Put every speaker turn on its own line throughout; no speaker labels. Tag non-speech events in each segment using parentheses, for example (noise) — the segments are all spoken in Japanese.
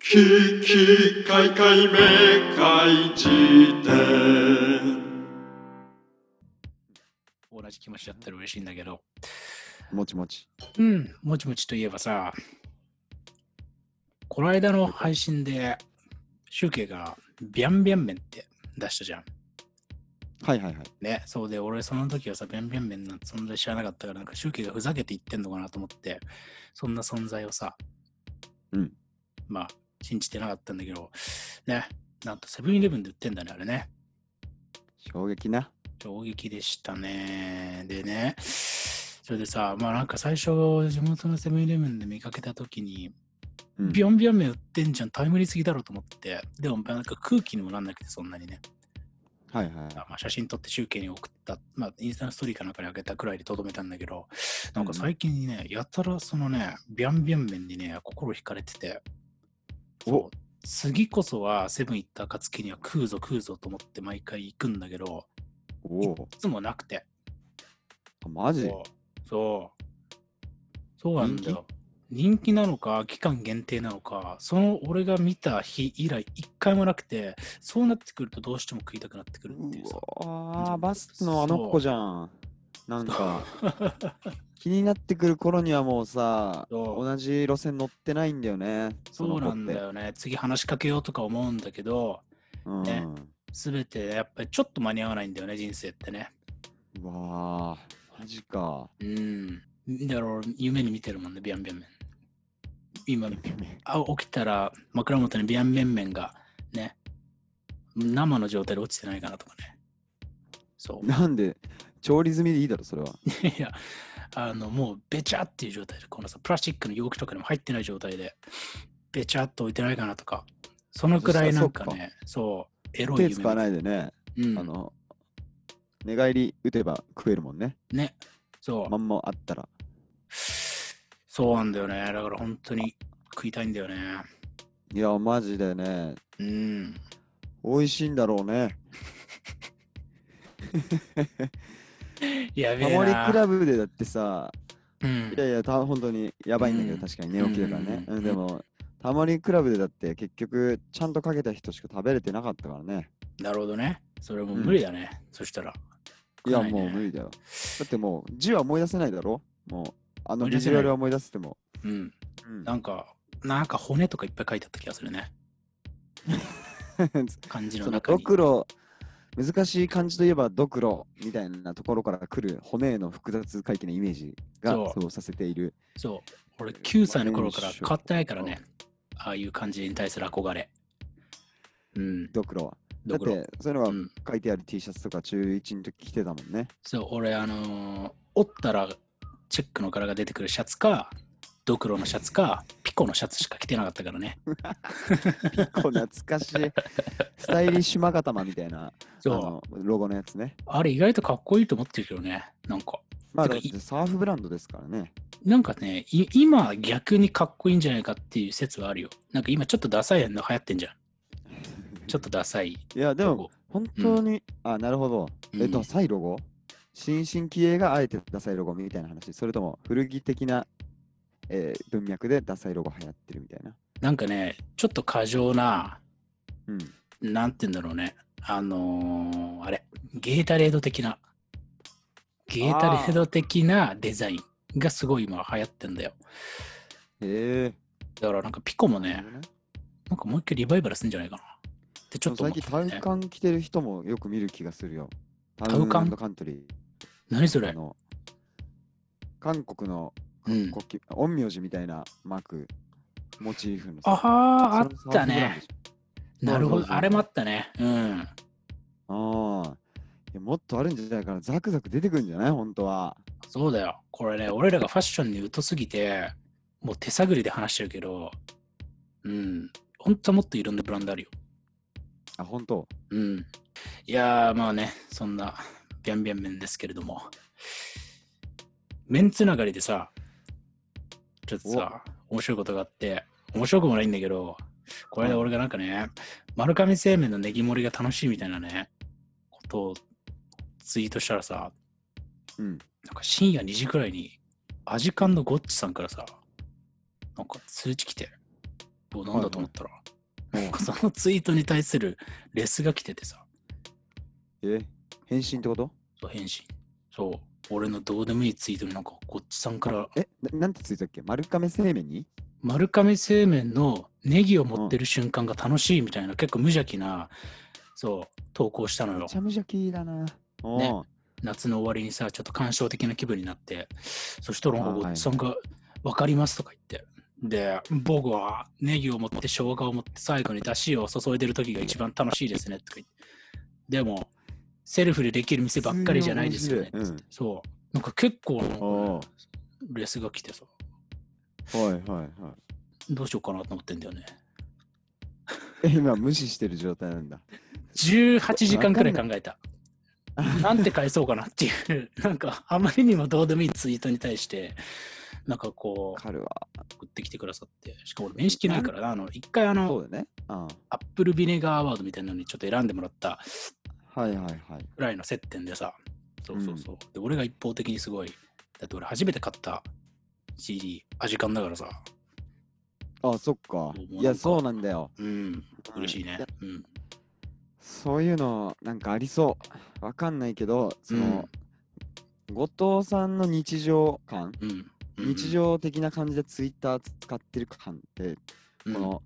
ひきかいかいめかい辞典
同じ気持ちだったら嬉しいんだけど。
もちもち。
うん、もちもちといえばさ、この間の配信で、シュウケイがビャンビャン麺って出したじゃん。
はいはいはい。
ね、そうで、俺その時はさ、ビャンビャン麺なんて存在知らなかったから、なんかシュウケイがふざけて言ってんのかなと思って、そんな存在をさ、
うん。
まあ、信じてなかったんだけど、ね、なんとセブンイレブンで売ってんだね、あれね。
衝撃な。
衝撃でしたね。でね、それでさ、まあなんか最初、地元のセブンイレブンで見かけたときに、
うん
ビョンビョン麺売ってんじゃん、タイムリーすぎだろうと思って、でもなんか空気にもなんなくて、そんなにね、
はいはい。
あまあ、写真撮って集計に送った、まあインスタのストーリーかなんかにあげたくらいでとどめたんだけど、なんか最近ね、やたらそのね、ビャンビャン麺にね、心惹かれてて、
お
そう次こそはセブン行った暁には食うぞ食うぞと思って毎回行くんだけど、
おお。
いつもなくて、
あマジ
そう。そう。そうなんだよ。人気なのか、期間限定なのか、その俺が見た日以来、一回もなくて、そうなってくるとどうしても食いたくなってくるっていうさ。
うわーバスのあの子じゃん。なんか、
(laughs)
気になってくる頃にはもうさ、
そう
同じ路線乗ってないんだよね。
そう
の
な
子っ
ん
て
だ。よね。次話しかけようとか思うんだけど、
うん。
ねすべてやっぱりちょっと間に合わないんだよね、人生ってね。
うわー、マジ
(laughs)
か。
うん。だから俺夢に見てるもんね、ビャンビャン麺。今、あ起きたら枕元にビャンビャン麺がね、生の状態で落ちてないかなとかね。そう。
なんで、調理済みでいいだろ、それは。
(laughs) いや、あの、もうべちゃっていう状態で、このさ、プラスチックの容器とかにも入ってない状態で、べちゃっと置いてないかなとか、そのくらいなんかね、そう、エロい
手
夢
使わないでね、
うん、
あの、寝返り打てば食えるもんね。
ね、そう、
まんまあったら。
そうなんだよね。だから本当に食いたいんだよね。
いや、マジでね、
うん。
美味しいんだろうね。
やべ
タ
え
モリ
な。
クラブでだってさ、
うん
いやいや、た本当にやばいんだけど、
うん
確かに寝起きだからね。
うん
うんでも、タモリクラブでだって結局、ちゃんとかけた人しか食べれてなかったからね。
なるほどね。それもう無理だね。そしたら。
い
食
や、
えないね
もう無理だよ。だってもう、字は思い出せないだろもう、あの
思い出
ビ
せ
ジ
ない
ュアルは思い出せても。
うん。
うん
なんか、なんか骨とかいっぱい書いてあった気がするね。漢字の
(laughs) その
中
ド
に。
クロ、難しい漢字といえばドクロみたいなところから来る骨への複雑回帰のイメージが
そう
そうさせている。
そう。俺9歳の頃から
まあ
変わってないからね。ああいう漢字に対する憧れ。うん。
ドクロは。
ド
だっ
クロ。
て、そういうの
う
が
ん。
書いてある T シャツとか中1の時着てたもんね。
そう、俺、あのー折ったらチェックの柄が出てくるシャツか、ドクロのシャツか、ピコのシャツしか着てなかったからね。
(laughs) 結構懐かしい。スタイリッシュマカタマみたいなあ
そう。
のロゴのやつね。
あれ意外とかっこいいと思ってるけどね。なんか。
まあ
て
だ
か
っ
い
てサーフブランドですからね。
なんかね、い今逆にかっこいいんじゃないかっていう説はあるよ。なんか今ちょっとダサいの流行ってんじゃん。ちょっとダサい。
いやで
ど
も
こ
本当に、あ、なるほど。
うん
えっと、サイロゴ新進気鋭があえてダサいロゴみたいな話。それとも古着的な、えー文脈でダサいロゴ流行ってるみたいな。
なんかね、ちょっと過剰な、
うん。
なんて言うんだろうね。あのー、あれ、ゲータレード的な、ゲータレード的なデザインがすごい今流行ってんだよ。
へえ。
だからなんかピコも
なる
ね
ほ、どね
なんかもう一回リバイバルするんじゃないかな。ってちょっと思
最
って
近
た
体
ね
育館着てる人もよく見る気がするよ。タ
ウンカン
ウンカントリー。
何それ
あの韓国の
うん。
国旗、陰陽師みたいなマーク、モチーフの
あ
さ。
はあ、あっ
それもサーフブラ
た
ンド
ね
じ。そう
なるほ
そう
ど。
そう
あれもあったね。うん。
ゃん。ああ。いやもっとあるんじゃないかな。ザクザク出てくるんじゃない本当は。
そうだよ。これね、俺らがファッションに疎すぎて、もう手探りで話してるけど、うん。本当はもっといろんなブランドあるよ。
あ、本当。
うん。いやー、まあね、そんな、ビャンビャン麺ですけれども。麺つながりでさ、ちょっとさ、面白いことがあって、面白くもないんだけど、これで俺がなんかね、丸亀製麺のネギ盛りが楽しいみたいなね、ことをツイートしたらさ、
うん。
なんか深夜2時くらいに、アジカンのゴッチさんからさ、なんか通知来て、をなんだと思ったら、
はいはい
なんかそのツイートに対するレスが来ててさ、
え返信ってこと
そう返信。そう、俺のどうでもいいツイートになんか、こっちさんから、
えな、なんてついたっけ丸亀製麺に
丸亀製麺のネギを持ってる瞬間が楽しいみたいな、結構無邪気な、そう、投稿したのよ
めち。ゃめちゃキーだな。お
ね
ー
夏の終わりにさ、ちょっと感傷的な気分になって、そしたらなんか
あー
ごっつさんが、わかりますとか言って。で、僕はネギを持って生姜を持って最後に出汁を注いでる時が一番楽しいですねとか言って。でも、セルフでできる店ばっかりじゃないですよね。
普通に面白いうん
つってそう。なんか結構
おー
レスが来てさ、
はいはいはい。
どうしようかなと思ってんだよね。
え今無視してる状態なんだ。
18時間くらい考えた。なんて返そうかなっていう、なんかあまりにもどうでもいいツイートに対して、なんかこう、
カルは。
送ってきてくださって、しかも俺面識ないからな、あの、一回あ
そ
の、
うだね。あ
アップルビネガーアワードみたいなのにちょっと選んでもらった
あはいはいはい。
ぐらいの接点でさ、そうそうそう。で、俺が一方的にすごい、だって俺初めて買った CD、アジカンだからさ、
あ、そっか。
うもう
い
なん
や、
か
そうなんだよ。
うん、
うん
嬉しいね
や。
うん。
そういうの、なんかありそう。わかんないけど、その、後藤さんの日常感、
うん、うん。うん
日、常的な感じでツイッター使ってる感って、
うん、
この、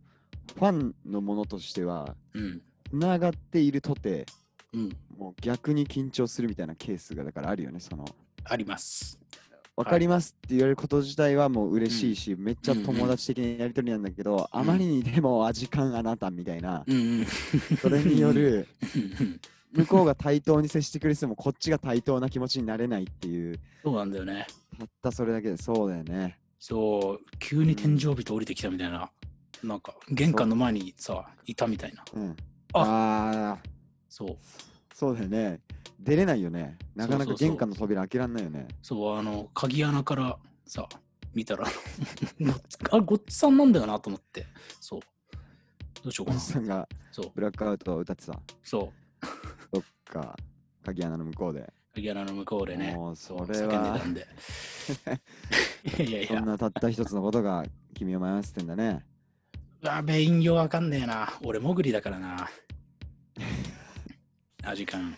ファンのものとしては、
うん、
つながっているとて、
うん、
もう逆に緊張するみたいなケースがだからあるよね、その、
あります。
わかりますって言われること自体はもう嬉しいし、めっちゃ友達的なやりとりなんだけど、あまりにでも味感あなたみたい (laughs) な、
うん、うん。
それによる
うんうん
向こうが対等に接してくれてもこっちが対等な気持ちになれないっていう
そうなんだよね。
たったそれだけでそうだよね
そう、急に天井人降りてきたみたいな、なんか玄関の前にさ、いたみたいな。
うんあ
あ
あー
そう。
そうだよね出れないよねなかな
そうそ
か
うそう
玄関の扉開けらんないよね
そう、あの、鍵穴からさ、見たら、 (laughs) ごっつあ、ごっつさんなんだよなと思って、そう。どうしよう
お
か
じ
な。
さんが
そう、
ブラックアウトを歌ってた
そう。
どっか鍵穴の向こうで
鍵穴の向こうでね、
もう
そ、
そうれ
叫んで
は
たんで。
(laughs)
いやいやい
そん
や、
なたった一つのことが君を迷わせてんだね
あ、べ、飲料わかんねえな。俺、もぐりだからな。
(laughs)
あ、時間。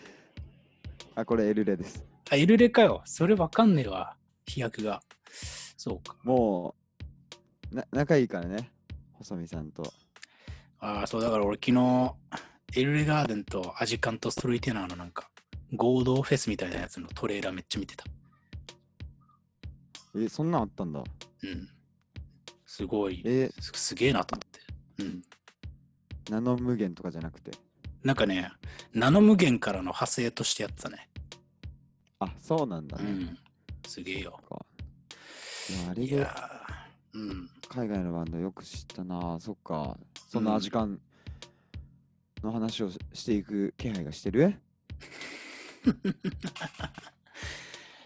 あこれエルレです
あ、エルレかよ。それわかんねえわ。飛躍が。そうか。
もうな仲いいからね細見さんと
ああ、そう、だから俺昨日、エルレガーデンとアジカンとストロイテナーのなんか、合同フェスみたいなやつのトレーラーめっちゃ見てた。
えそんなんあったんだ
うん。すごい、
え
すすげえなと思って。うん。
ナノ無限とかじゃなくて
なんかね、ナノ無限からの派生としてやってたね。
あそうなんだ
う
ね、
ん。すげえよ。
いやあれ
い
で
やーうん。
海外のバンドよく知ったなそっかそんな時間の話をししていく気配がしてる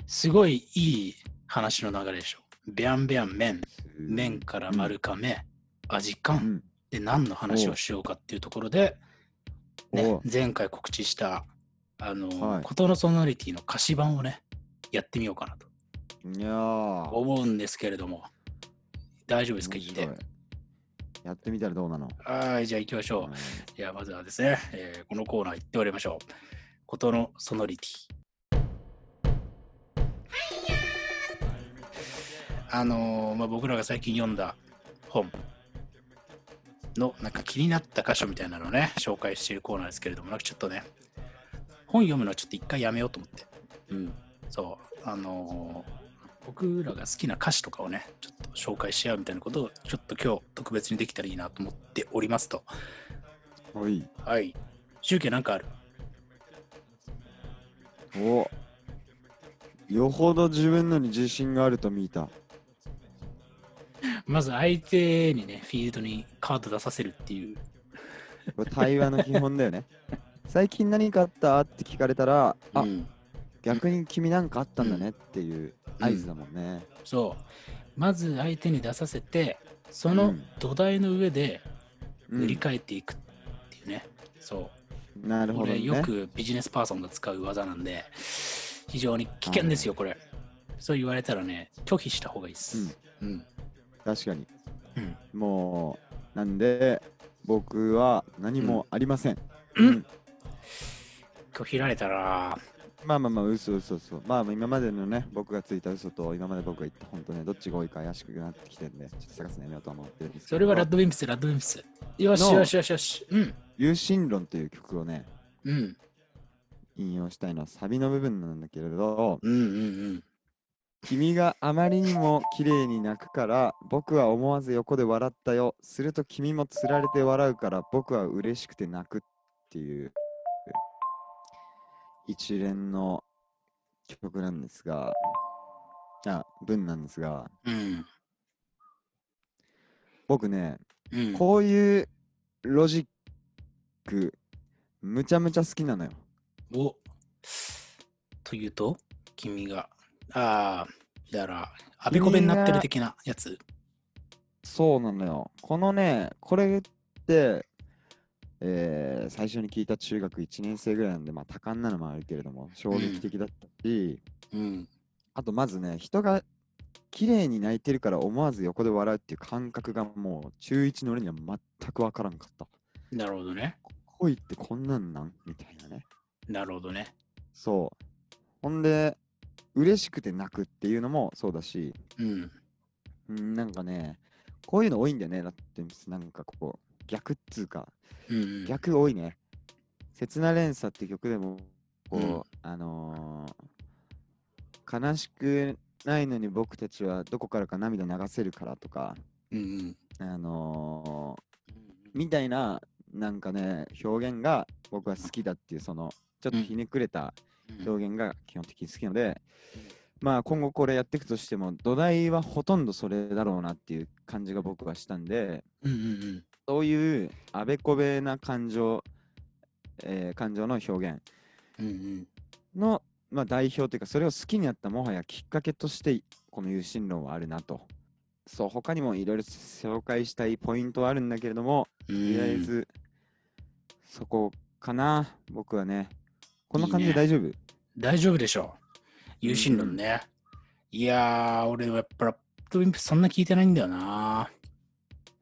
すごいいい話の流れでしょ。ビャンビャン麺、麺
麺
から丸亀、アジカ
う
ン
ん
で何の話をしようかっていうところで、ね
お、
前回告知した、あの、
はい
ことのソノリティの歌詞版をね、やってみようかなと
いやー
思うんですけれども、大丈夫ですか
面
言って
白い。やってみたらどうなの
はい、じゃあ行きましょう。
うん
じゃあまずはですね、えーこのコーナー行っておりましょう。ことのソノリティ。あのーまあ、僕らが最近読んだ本のなんか気になった箇所みたいなのをね、紹介しているコーナーですけれども、なんかちょっとね、本読むのはちょっと一回やめようと思って。うん。そう。あのー僕らが好きな歌詞とかをね、ちょっと紹介し合うみたいなことを、ちょっと今日特別にできたらいいなと思っておりますと。
おい
はい。宗教なんかある。
およほど自分のに自信があると見た
まず相手にね、フィールドにカード出させるっていう。
これ対話の基本
(laughs)
だよね最近何かあったって聞かれたら、あ
うん
逆に君なんかあったんだねっていう合図だもんね、
そう。まず相手に出させて、そうの
ん
土台の上で
うん
塗り替えていくっていうね。そう。
なるほ
こ
ど
れ
ね
よくビジネスパーソンが使う技なんで、非常に危険ですよ、これ。そう言われたらね、拒否した方がいいです。うん。
確かに
うん。
もうなんで、僕は何もありません。
うん
うん
拒否られたら、
まあまあまあ、嘘嘘嘘。まあまあ今までのね、僕がついた嘘と、今まで僕が言った本当ね、どっちが多いか怪しくなってきてんで、ちょっと探すのやめようと思ってるんですけど。
それはラッドウィンプス、ラッドウィンプス。よし
の
よしよしよし。うん。
有心論という曲をね、
うん。
引用したいのはサビの部分なんだけれど、
うんうん
君があまりにも綺麗に泣くから、僕は思わず横で笑ったよ。すると君もつられて笑うから、僕は嬉しくて泣くっていう一連の曲なんですが、あ、文なんですが、
うん。うん。
僕ね、
うん。
こういうロジック、むちゃむちゃ好きなのよ。
おというと、君が、ああ、だから、あべこべになってる的なやつ。
そうなのよ。このね、これって、えー最初に聞いた中学1年生ぐらいなんで、まあ多感なのもあるけれども、衝撃的だったし、
うん。
あとまずね、人が綺麗に泣いてるから思わず横で笑うっていう感覚がもう中1の俺には全くわからんかった。
なるほどね。
恋ってこんなんなんみたいなね。
なるほどね。
そう。ほんで、嬉しくて泣くっていうのもそうだし、
うん。
うん、なんかね、こういうの多いんだよね、ラッテンプス。なんかここ、逆っつうか、
うんうん、
逆多いね。刹那連鎖って曲でも、こう、
うん
あのー悲しくないのに僕たちはどこからか涙流せるからとか、
うんうん。
あのーみたいな、なんかね、表現が僕は好きだっていう、その、ちょっとひねくれた
うん
表現が基本的に好きなので、まあ今後これやっていくとしても土台はほとんどそれだろうなっていう感じが僕はしたんで
うんうん
そういうあべこべな感情、えー感情の表現
うんうん
の、まあ、代表というかそれを好きになったもはやきっかけとしてこの「有心論」はあるなと。そう他にもいろいろ紹介したいポイントはあるんだけれども、
うん。
とりあえずそこかな僕はねこの感じで大丈夫
大丈夫でしょう。有心論ね。いやー、俺はやっぱラッドウィンプスそんな聞いてないんだよな。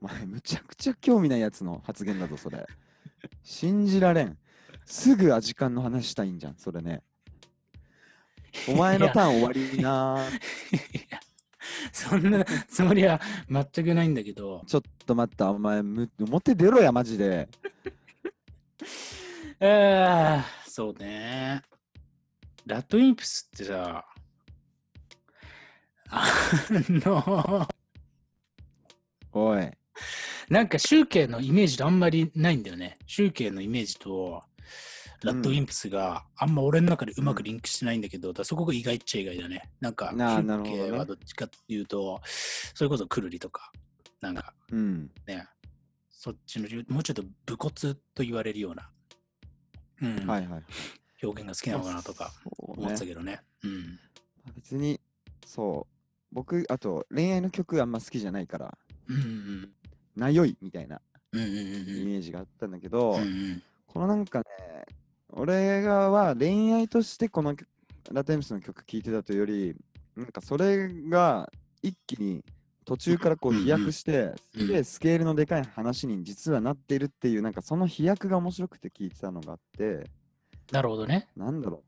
お前むちゃくちゃ興味ないやつの発言だぞそれ信じられんすぐアジカンの話したいんじゃんそれねお前のターン終わりなー
(laughs) そんなつもりは全くないんだけど、
ちょっと待ったお前む表出ろやマジで
ああ、そうね。ラッドウィンプスってさ、あの、
おい
なんか集計のイメージとあんまりないんだよね。集計のイメージと、ラッドウィンプスがあんま俺の中でうまくリンクしてないんだけど、だからそこが意外っちゃ意外だね。なんか、
なあなるほどね
集計はどっちかっていうと、それこそくるりとか、なんか
うん
ね、そっちの、もうちょっと武骨と言われるような、うん、
はいはい
表現が好きなのかなとか。
そう
思
ね
ってたけどね。うん。
まあ別にそう僕あと恋愛の曲あんま好きじゃないから
うんうん
なよいみたいな
うんうん
イ
うん
メージがあったんだけど、
うんうん
このなんかね、俺がは恋愛としてこの曲ラテンプスの曲聴いてたというより、なんかそれが一気に途中からこう
うんうん
飛躍して、
うん
すげえスケールのでかい話に実はなってるっていう、なんかその飛躍が面白くて聴いてたのがあって、
なるほどね。
なんだろ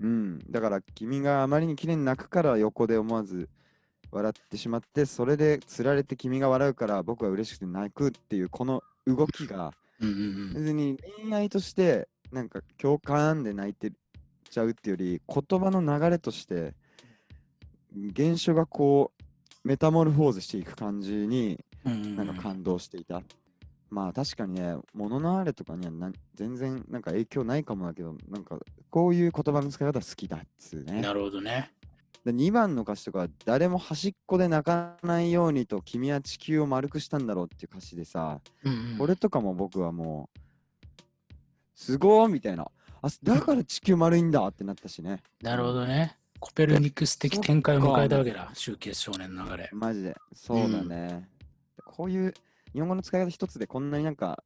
う。うん、だから君があまりに綺麗に泣くから横で思わず笑ってしまって、それでつられて君が笑うから僕は嬉しくて泣くっていうこの動きが、
うんうん
別に恋愛としてなんか共感で泣いてちゃうっていうより言葉の流れとして現象がこうメタモルフォーズしていく感じに
うんうんうん。
なんか感動していた、まあ確かにね物のあれとかにはなん全然なんか影響ないかもだけどなんかこういう言葉の使い方好きだっつうね
なるほどね。
で2番の歌詞とか誰も端っこで泣かないようにと君は地球を丸くしたんだろうっていう歌詞でさ、
うんうん
これとかも僕はもう、すごーみたいな。あ、だから地球丸いんだってなったしね。
なるほどね。コペルニクス的展開を迎えたわけだ。集計少年の流れ。
マジで。そうだね。こういう日本語の使い方一つでこんなになんか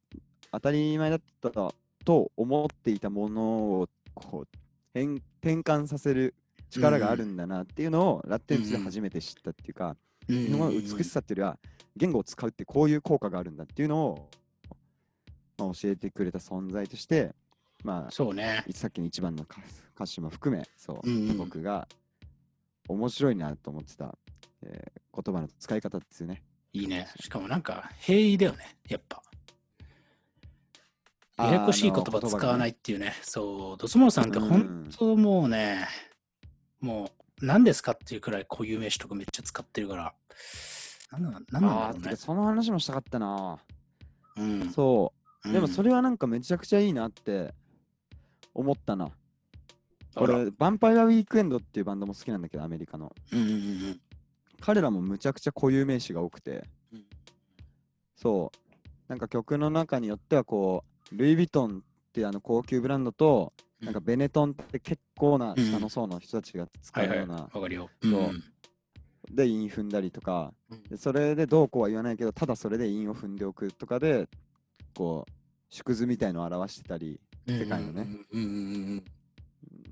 当たり前だったと思っていたものをこう変転換させる力があるんだなっていうのをラッテンスで初めて知ったっていうか、
うんうん
日
うん
本語の美しさっていうよりは言語を使うってこういう効果があるんだっていうのを、まあ、教えてくれた存在として、まあ、
そうね。
さっきの一番の歌歌詞も含め、そ
う
う、
んうん
僕が面白いなと思ってた、えー言葉の使い方ですよね。
いいね。しかもなんか、平易だよね。やっぱ。
あー
ややこしい言
あの
葉使わない
言葉がね
っていうね。そう、ドスモーさんって本当もうね、もう何ですかっていうくらい固有名詞とかめっちゃ使ってるから、なんなんなん
あ
なんだ
ーて
ろ
かその話もしたかったな。
うね。うん
そうう。
ん
でもそれはなんかめちゃくちゃいいなって思ったな。
あら
俺、ヴァンパイアウィークエンドっていうバンドも好きなんだけど、アメリカの。
うんうんうん
彼らもむちゃくちゃ固有名詞が多くて、
うん
そうなんか曲の中によってはこうルイ・ヴィトンっていうあの高級ブランドと、
うん。
なんかベネトンって結構な
うん
下の層の人たちが使
は
う
いはい、
ような、
わかるよ。
そう
うん
で韻踏んだりとか
うん
でそれでどうこうは言わないけどただそれで韻を踏んでおくとかでこう縮図みたいのを表してたり世界のね。
うんうんうんうんうん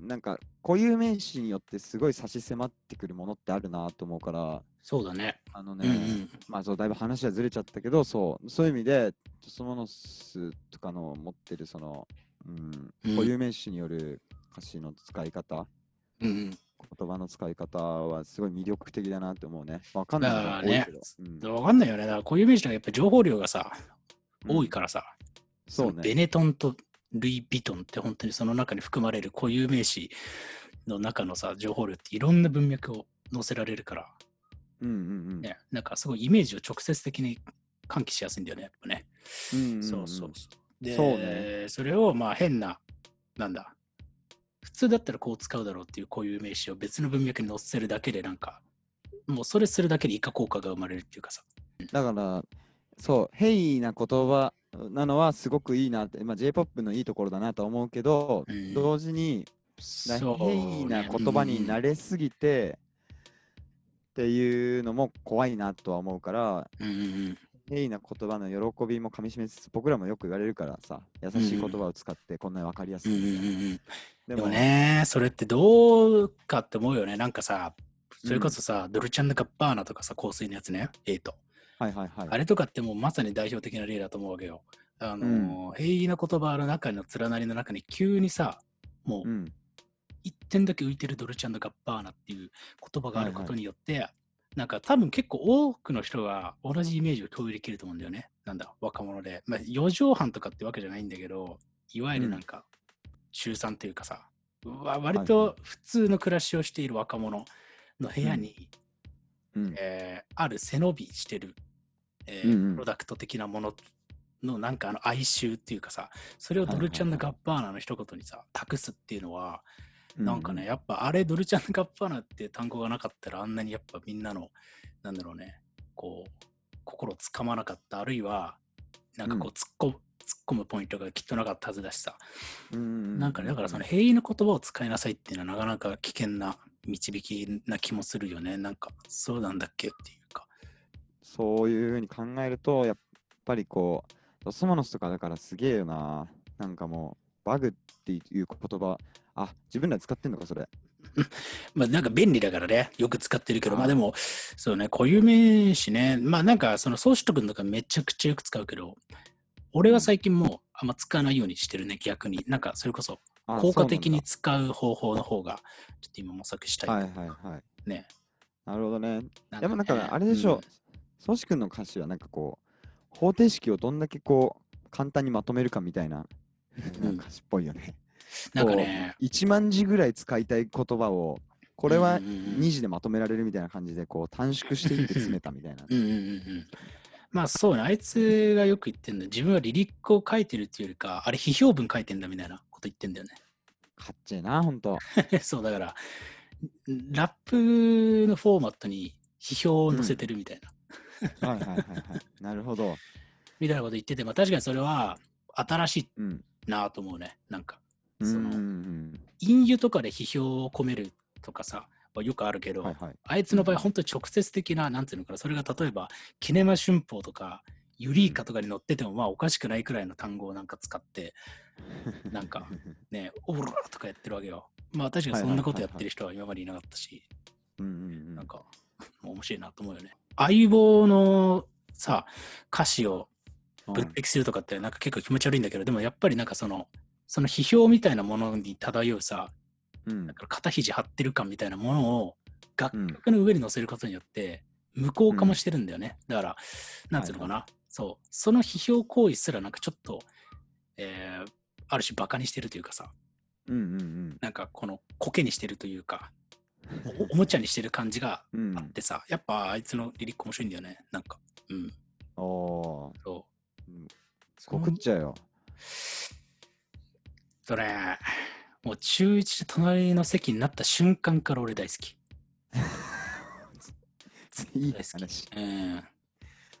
なんか固有名詞によってすごい差し迫ってくるものってあるなと思うから
そうだね。
あの
う
ね、
んうん
まあそうだいぶ話はずれちゃったけどそうそういう意味でトスモノスとかの持ってるその、うん
うん
固有名詞による歌詞の使い方
うんうん
言葉の使い方はすごい魅力的だなって思うねわかんないことが多いけど、うん
わかんないよね。だからこういう名詞のやっぱ情報量がさ、
うん
多いからさ、
そう
そのベ
ね
ネトンとルイ・ヴィトンって本当にその中に含まれる固有名詞の中のさ、情報量っていろんな文脈を載せられるから、
うんうんうん
ね、なんかすごいイメージを直接的に喚起しやすいんだよね、やっぱね。
うんうんうん
そうそうそう。で、
そう
そ
ね
れをまあ変な、なんだ、普通だったらこう使うだろうっていうこういう名詞を別の文脈に載せるだけでなんか、もうそれするだけで以下効果が生まれるっていうかさ。
だからそうヘイな言葉なのはすごくいいなって、まあ、J−POP のいいところだなとは思うけど、
うん
同時にだ
そう
ヘイな言葉に慣れすぎて、っていうのも怖いなとは思うから
うんうんうん
ヘイな言葉の喜びもかみしめつつ僕らもよく言われるからさ優しい言葉を使ってこんなに分かりやす
うんう
い、
んうんうん
で
でもね、それってどうかって思うよね。なんかさ、それこそさ、ドルチャンガッバーナとかさ、香水のやつね、エイト。
はいはいはい
あれとかってもうまさに代表的な例だと思うわけよ。あのー、平易な言葉の中の連なりの中に急にさ、も
う
うん一点だけ浮いてるドルチャンガッバーナっていう言葉があることによって、なんか多分結構多くの人が同じイメージを共有できると思うんだよね。なんだ、若者で。まあ、四畳半とかってわけじゃないんだけど、いわゆるなんか、中3というかさ、わ割
はいは
と普通の暮らしをしている若者の部屋に、
うん
えーある背伸びしてる、えー
うんうん
プロダクト的なもののなんかあの哀愁っていうかさそれをドルチャンのガッバーナの一言にさ託すっていうのはなんかね、やっぱあれドルチャンガッバーナっていう単語がなかったらあんなにやっぱみんなのなんだろうねこう心をつかまなかったあるいはなんかこう突っ込む、突っ込むポイントがきっとなかったはずだしさ、
うんうんうん
なんかねだからその平易の言葉を使いなさいっていうのはなかなか危険な導きな気もするよねなんかそうなんだっけっていうか
そういうふうに考えるとやっぱりこうドスモノスとかだからすげえよななんかもうバグっていう言葉あ自分ら使ってんのかそれ
まあなんか便利だからね、よく使ってるけど、ま
はい
あでも、そうね、固有名詞ね、まあなんかその宗主徳君とかめちゃくちゃよく使うけど、俺は最近もうあんま使わないようにしてるね、逆に。なんかそれこそ
あ
効果的に
そ
使う方法の方が、ちょっと今模索した
うないんだはいはいはい
ね。
なるほどね
な
でもなんかあれでし
う
ょ
ん、
宗志くんの歌詞はなんかこう、方程式をどんだけこう、簡単にまとめるかみたいな、 (laughs)
う
なんんか歌詞っぽいよね。
なんかね、
1万字ぐらい使いたい言葉を、これは
うんうんうん
2字でまとめられるみたいな感じで、こう短縮していって詰めたみたいな。
うんうんうんうん。まあそうね、あいつがよく言ってんだ、自分はリリックを書いてるっていうよりか、あれ批評文書いてんだみたいなこと言ってんだよね。
かっちえな、ほんと。
(laughs) そうだから、んラップのフォーマットに批評を載せてるみたいな、
はいはいはいはい。なるほど。
みたいなこと言ってて、まあ確かにそれは新しい
うん。
なと思うね。なんか、
うん
そ
うん
の
うん
隠喩とかで批評を込めるとかさ、はよくあるけど、
はいはい。
あいつの場合、本当に直接的な、なんていうのかな、それが例えば、キネマ春報とか、ユリイカとかに載ってても、まあおかしくないくらいの単語をなんか使って、なんか、ね、オラとかやってるわけよ。まあ確かにそんなことやってる人は今までいなかったし、
うんうんうん
なんか、面白いなと思うよね。相棒のさ、歌詞を
うん
分析するとかってなんか結構気持ち悪いんだけど、でもやっぱりなんかその、その批評みたいなものに漂うさ、
うん
なんか肩肘張ってる感みたいなものを楽
うん
曲の上に乗せることによって、無効化もしてるんだよね。だから、なんつうのかな、そう、その批評行為すらなんかちょっと、えーある種バカにしてるというかさ、
うんうん
なんかこの苔にしてるというか、おおもちゃにしてる感じが
うんうん
あってさ、やっぱあいつのリリック面白いんだよね、なんか。うん、
おー
そう。
告っちゃうよ
それ、もう中1で隣の席になった瞬間から俺大好き。
いい
大好
話
うん。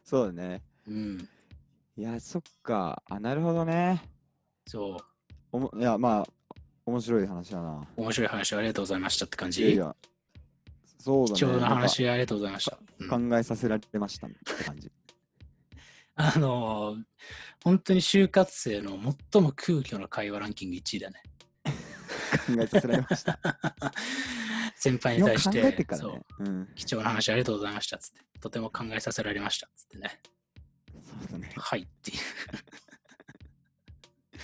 そうだね
うん。
いやそっかあなるほどね
そ
おもいやまあ面白い話だな
う。面白い話ありがとうございましたって感
い
じ。
やいやそうだね
貴重な
なんか
話ありがとうございました。うん
考えさせられましたって感じ
あのー本当に就活生の最も空虚な会話ランキング1位だね。 (laughs)
考えさせられました
先輩に
よ
対
く
し
考
て、
えてから
そ
ね
う
うん
貴重な話ありがとうございましたっつって、とても考えさせられましたっつってね、
そうだね
はいっていう。基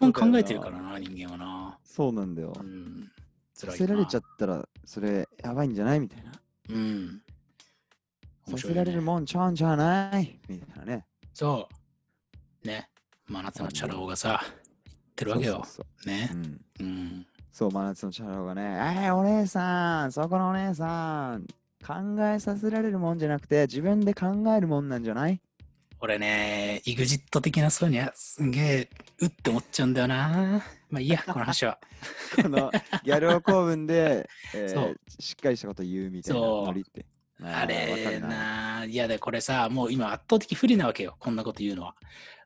本考えてるからな、人間はな。
そうなんだよ
うん。辛
さ
い
せ
よな
られちゃったらそれやばいんじゃないみたいな
うん。
させられる
ん。
もんちゃうんじゃないみたいなね
そう。ね。真夏のチャラ男がさ、言ってるわけよ。
そうそうそう
ね。
うん
うん。
そう、真夏のチャラ男がね、えー、お姉さん、そこのお姉さん、考えさせられるもんじゃなくて、自分で考えるもんなんじゃない
(laughs) 俺ね、イグジット的なそうにはすんげえ、うって思っちゃうんだよな。まあいいや、この話
(laughs)
は。
このギャル男構文で、えー
そう
しっかりしたこと言うみたいな
そう
ノリって。ー
あ
わか
れ
るな。
な、いやで、これさ、もう今圧倒的不利なわけよ、こんなこと言うのは。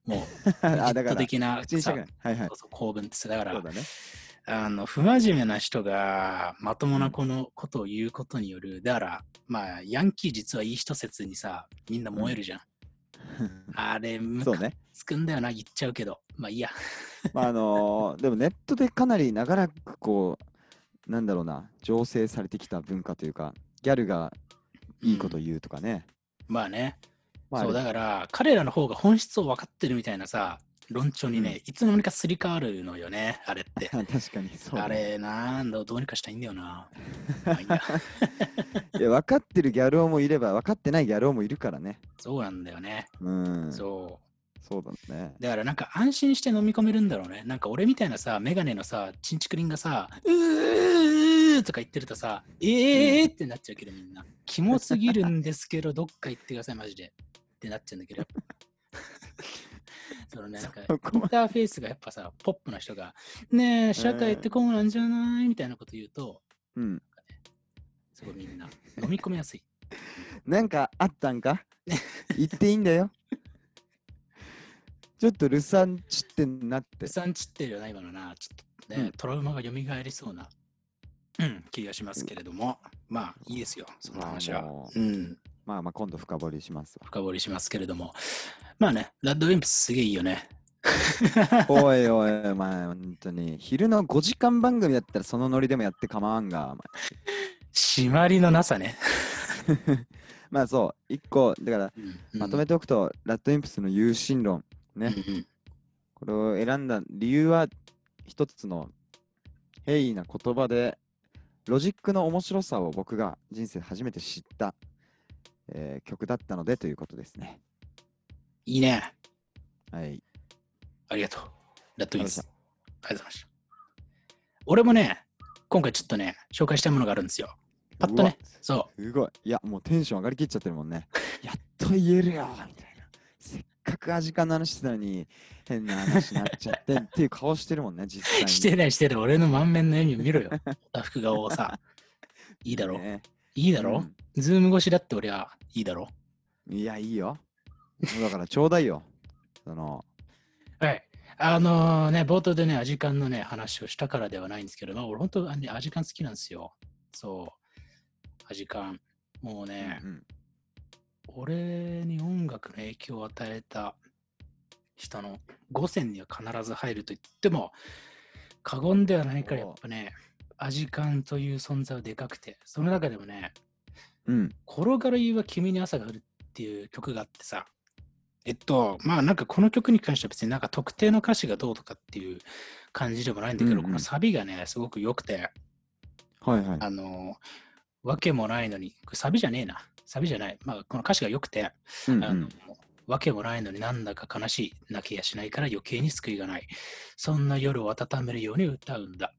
もう、イグジ
(laughs) あ、だ
ット
から、
的な
口にした
さ
くない。はいはい
そう。そう構文ってさだか
そ
ら
うだね。
(laughs) あの、不真面目な人がまともなこのことを言うことによる、だから、まあ、ヤンキー実はいい人説にさ、みんな燃えるじゃん。あれ、む
そう
か
ね。
つくんだよな、言っちゃうけど。まあいいや。
まあ、あのーでもネットでかなり長らくこう、なんだろうな、醸成されてきた文化というか、ギャルがいいこと言うとかね。
まあね。
まあ、
そう
あれ
だから彼らの方が本質を分かってるみたいなさ論調にね、
うん
いつの間にかすり替わるのよねあれって
(laughs) 確かに (laughs) そうだね。
あれなんだどうにかしたいんだよなまあいい
(laughs)
や
いや分かってるギャル男もいれば分かってないギャル男もいるからね。
そうなんだよね、
うん。そう
そ
だね。
うだからなんか安心して飲み込めるんだろうねなんか俺みたいなさメガネのさチンチクリンがさ「うー」とか言ってるとさ「えー」ってなっちゃうけどみんなキモすぎるんですけどどっか行ってくださいマジでってなっちゃうんだけどそのねなんか
そこ
インターフェースがやっぱさ、ポップな人が、ねえ、社会ってこうなんじゃないみたいなこと言うと、
うん。
すごいみんな飲み込みやすい。
なんかあったんか言っていいんだよ。 (laughs) ちょっとルサンチってんなって
う。さん散ってるよな、今のな、ちょっとね、
うん
トラウマが蘇りそうな、うん、気がしますけれども、まあいいですよ、その話は
まあも。う
うん、
まあまあ今度深掘りしますわ。
深掘りしますけれども、まあね、ラッドウィンプスすげえいいよね。
おいおい、お前、本当に。昼の5時間番組だったらそのノリでもやって構わんが。お前
締まりのなさね。
(laughs) まあそう、一個、だからまとめておくと、ラッドインプスの有心論。
て
ね。これを選んだ理由は一つの平易な言葉でロジックの面白さを僕が人生で初めて知った、えー曲だったのでということですね。
いいね。
はい。
ありがとう。ラッドウィンプス。
あ
ありがとうございました。俺もね、今回ちょっとね、紹介したいものがあるんですよ。パッとね
うわ。
そ
すごい。いや、もうテンション上がりきっちゃってるもんね。 (laughs) やっと言えるよみたいな。せっかく味感の話してたのに、変な話になっちゃってっていう顔してるもんね、実際
う。
に。
してないしてない。俺の満面の笑みを見
(laughs)
ろよ。た服顔をさ。いいだろ。
ね
いいだろ、ズーム越しだって俺はいいだろ。
うんいや、いいよ。もうだからちょうだいよ。その、
はい。あのね、冒頭でね、アジカンのね、話をしたからではないんですけど、まあ、俺本当はね、アジカン好きなんですよ。そう。アジカン。もうね、
うん
俺に音楽の影響を与えた人の5選には必ず入ると言っても過言ではないからやっぱねアジカンという存在はでかくてその中でもね
うん。
「転がる夕は君に朝が降る」っっていう曲があってさ、えっと、まあなんかこの曲に関しては別になんか特定の歌詞がどうとかっていう感じでもないんだけど、
うんうん
このサビがね、すごく良くて、
はいはい。
あの、わけもないのに、これサビじゃねえな、サビじゃない、まあこの歌詞が良くて、
うんう
あの
ん、
わけもないのになんだか悲しい。泣きやしないから余計に救いがない。そんな夜を温めるように歌うんだ。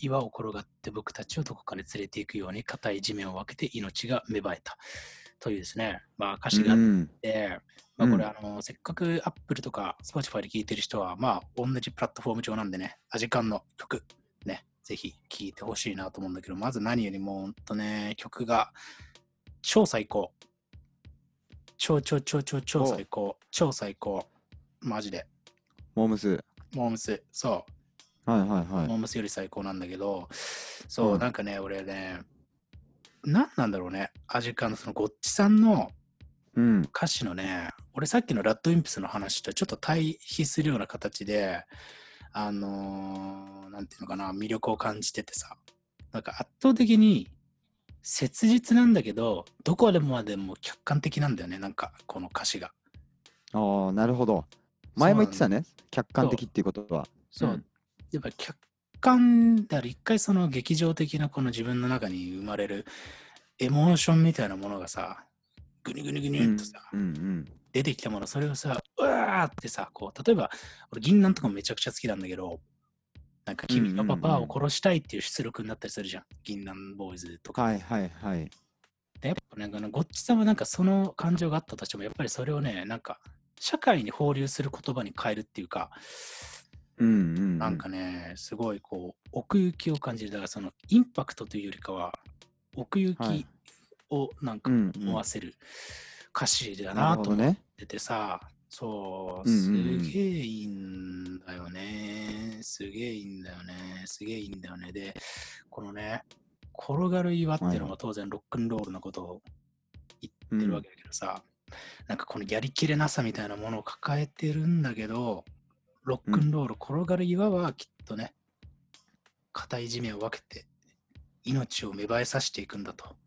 岩を転がって僕たちをどこかに連れて行くように硬い地面を分けて命が芽生えた。というですね、まあ歌詞があ
う
っ
ん
て、
うん
まあこれあの、せっかく Apple とか Spotify で聴いてる人は、まあ同じプラットフォーム上なんでね、アジカンの曲、ね、ぜひ聴いてほしいなと思うんだけど、まず何よりも、ほんとね、曲が超最高。超超超超超最高。超最高。マジで。
モームス。
モームス、そう。
はいはいはい。
モームスより最高なんだけど、そう、
うん
なんかね、俺ね、なんなんだろうね、アジカンのそのゴッチさんの
うん。
歌詞のね、俺さっきのラッドインプスの話とちょっと対比するような形で、あのーなんていうのかな、魅力を感じててさ、なんか圧倒的に切実なんだけど、どこでもまでも客観的なんだよね、なんかこの歌詞が。
ああ、なるほど。前も言ってた
ね。
ね。客観的っていうことは。
そう、
うん
やっぱ客観である、一回その劇場的なこの自分の中に生まれるエモーションみたいなものがさ、ぐにゅぐにゅぐにゅっとさ、
うんうん。
出てきたもの、それをさ、うわーってさ、こう、例えば、俺、銀杏とかもめちゃくちゃ好きなんだけど、なんか、君のパパを殺したいっていう出力になったりするじゃん。銀杏ボーイズとか。
はいはいはい。
で、やっぱなんかあの、ゴッチさんはなんかその感情があったとしても、やっぱりそれをね、なんか、社会に放流する言葉に変えるっていうか、
うんうんうん。
なんかね、すごいこう、奥行きを感じる。だからその、インパクトというよりかは、奥行
はい
きをなんか
うんうん
思わせる歌詞だ
な
な
るほ
と思
ど
って
ね。
っててさ、そう、
うん
す
うんうん
げえいいんだよね。すげえいいんだよね。すげえいいんだよね。で、このね、転がる岩っていうの
はいは
も
い
当然ロックンロールのことを
う
言ってるわ
ん
けだけどさ、なんかこのやりきれなさみたいなものを抱えてるんだけど、ロックンロール、転がる岩はきっとね、硬い地面を分けて、命を芽生えさせていくんだと。
うんうん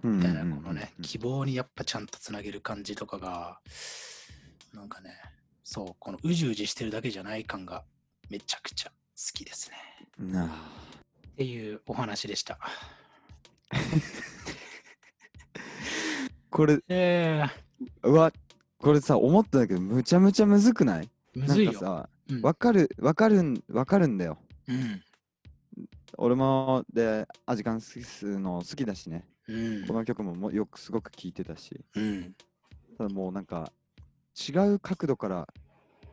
み
う
た
ん
い
うん
な、このね、希望にやっぱちゃんとつなげる感じとかが、なんかね、そう、このうじうじしてるだけじゃない感がめちゃくちゃ好きですね。
なあ
っていうお話でした。
これ、
え
うわ、これさ、思ったんだけど、むちゃむちゃむずくない
ー、むずい
なんか
よ。
さ、
うん
わかる、わかるん、わかるんだよ。
うん。
俺も、で、アジカンススの好きだしね。
うん
こ。の曲ももよくすごく聴いてたし。
うん。
ただもうなんか違う角度から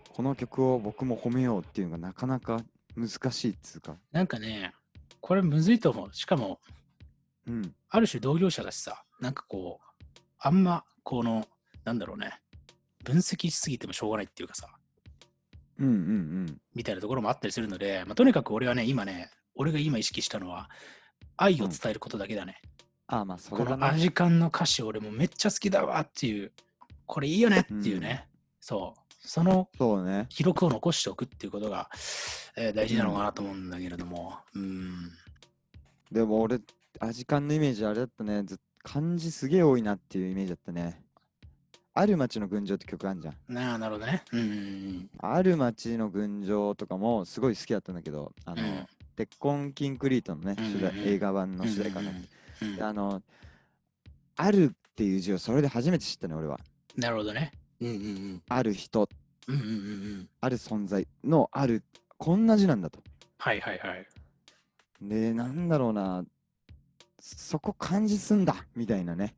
この曲を僕も褒めようっていうのがなかなか難しいっつうか。
なんかね、これむずいと思う。しかも、
うん。
ある種同業者だしさ、なんかこう、あんま、この、なんだろうね、分析しすぎてもしょうがないっていうかさ、
うんうん
みたいなところもあったりするので、まあ、とにかく俺はね、今ね、俺が今意識したのは、愛を伝えることだけだね。
ああまあそ
こ
れだ
の
な
ア。ジカンの歌詞、俺もめっちゃ好きだわっていう、これいいよねっていうね、そう、その
そうね。
記録を残しておくっていうことが、えー大事なのかなと思うんだけれども、うん、
でも俺、アジカンのイメージあれだったね。ずっ漢字すげえ多いなっていうイメージだったね。ある町の群青って曲あんじゃん。
なあなるほどね。うんうん
ある町の群青とかもすごい好きだったんだけど、あ
うん、う
の、
ん
鉄痕キンクリートのね、主題
うんうんうん
映画版の主題歌ね。
うんうん
であの、あるっていう字をそれで初めて知ったね、俺は。
なるほどね。うんうん
ある人、
うん。うんうんうんうん。
ある存在のある、こんな字なんだと。
はいはいはい。
で、なんだろうな、そこ感じすんだ、みたいなね。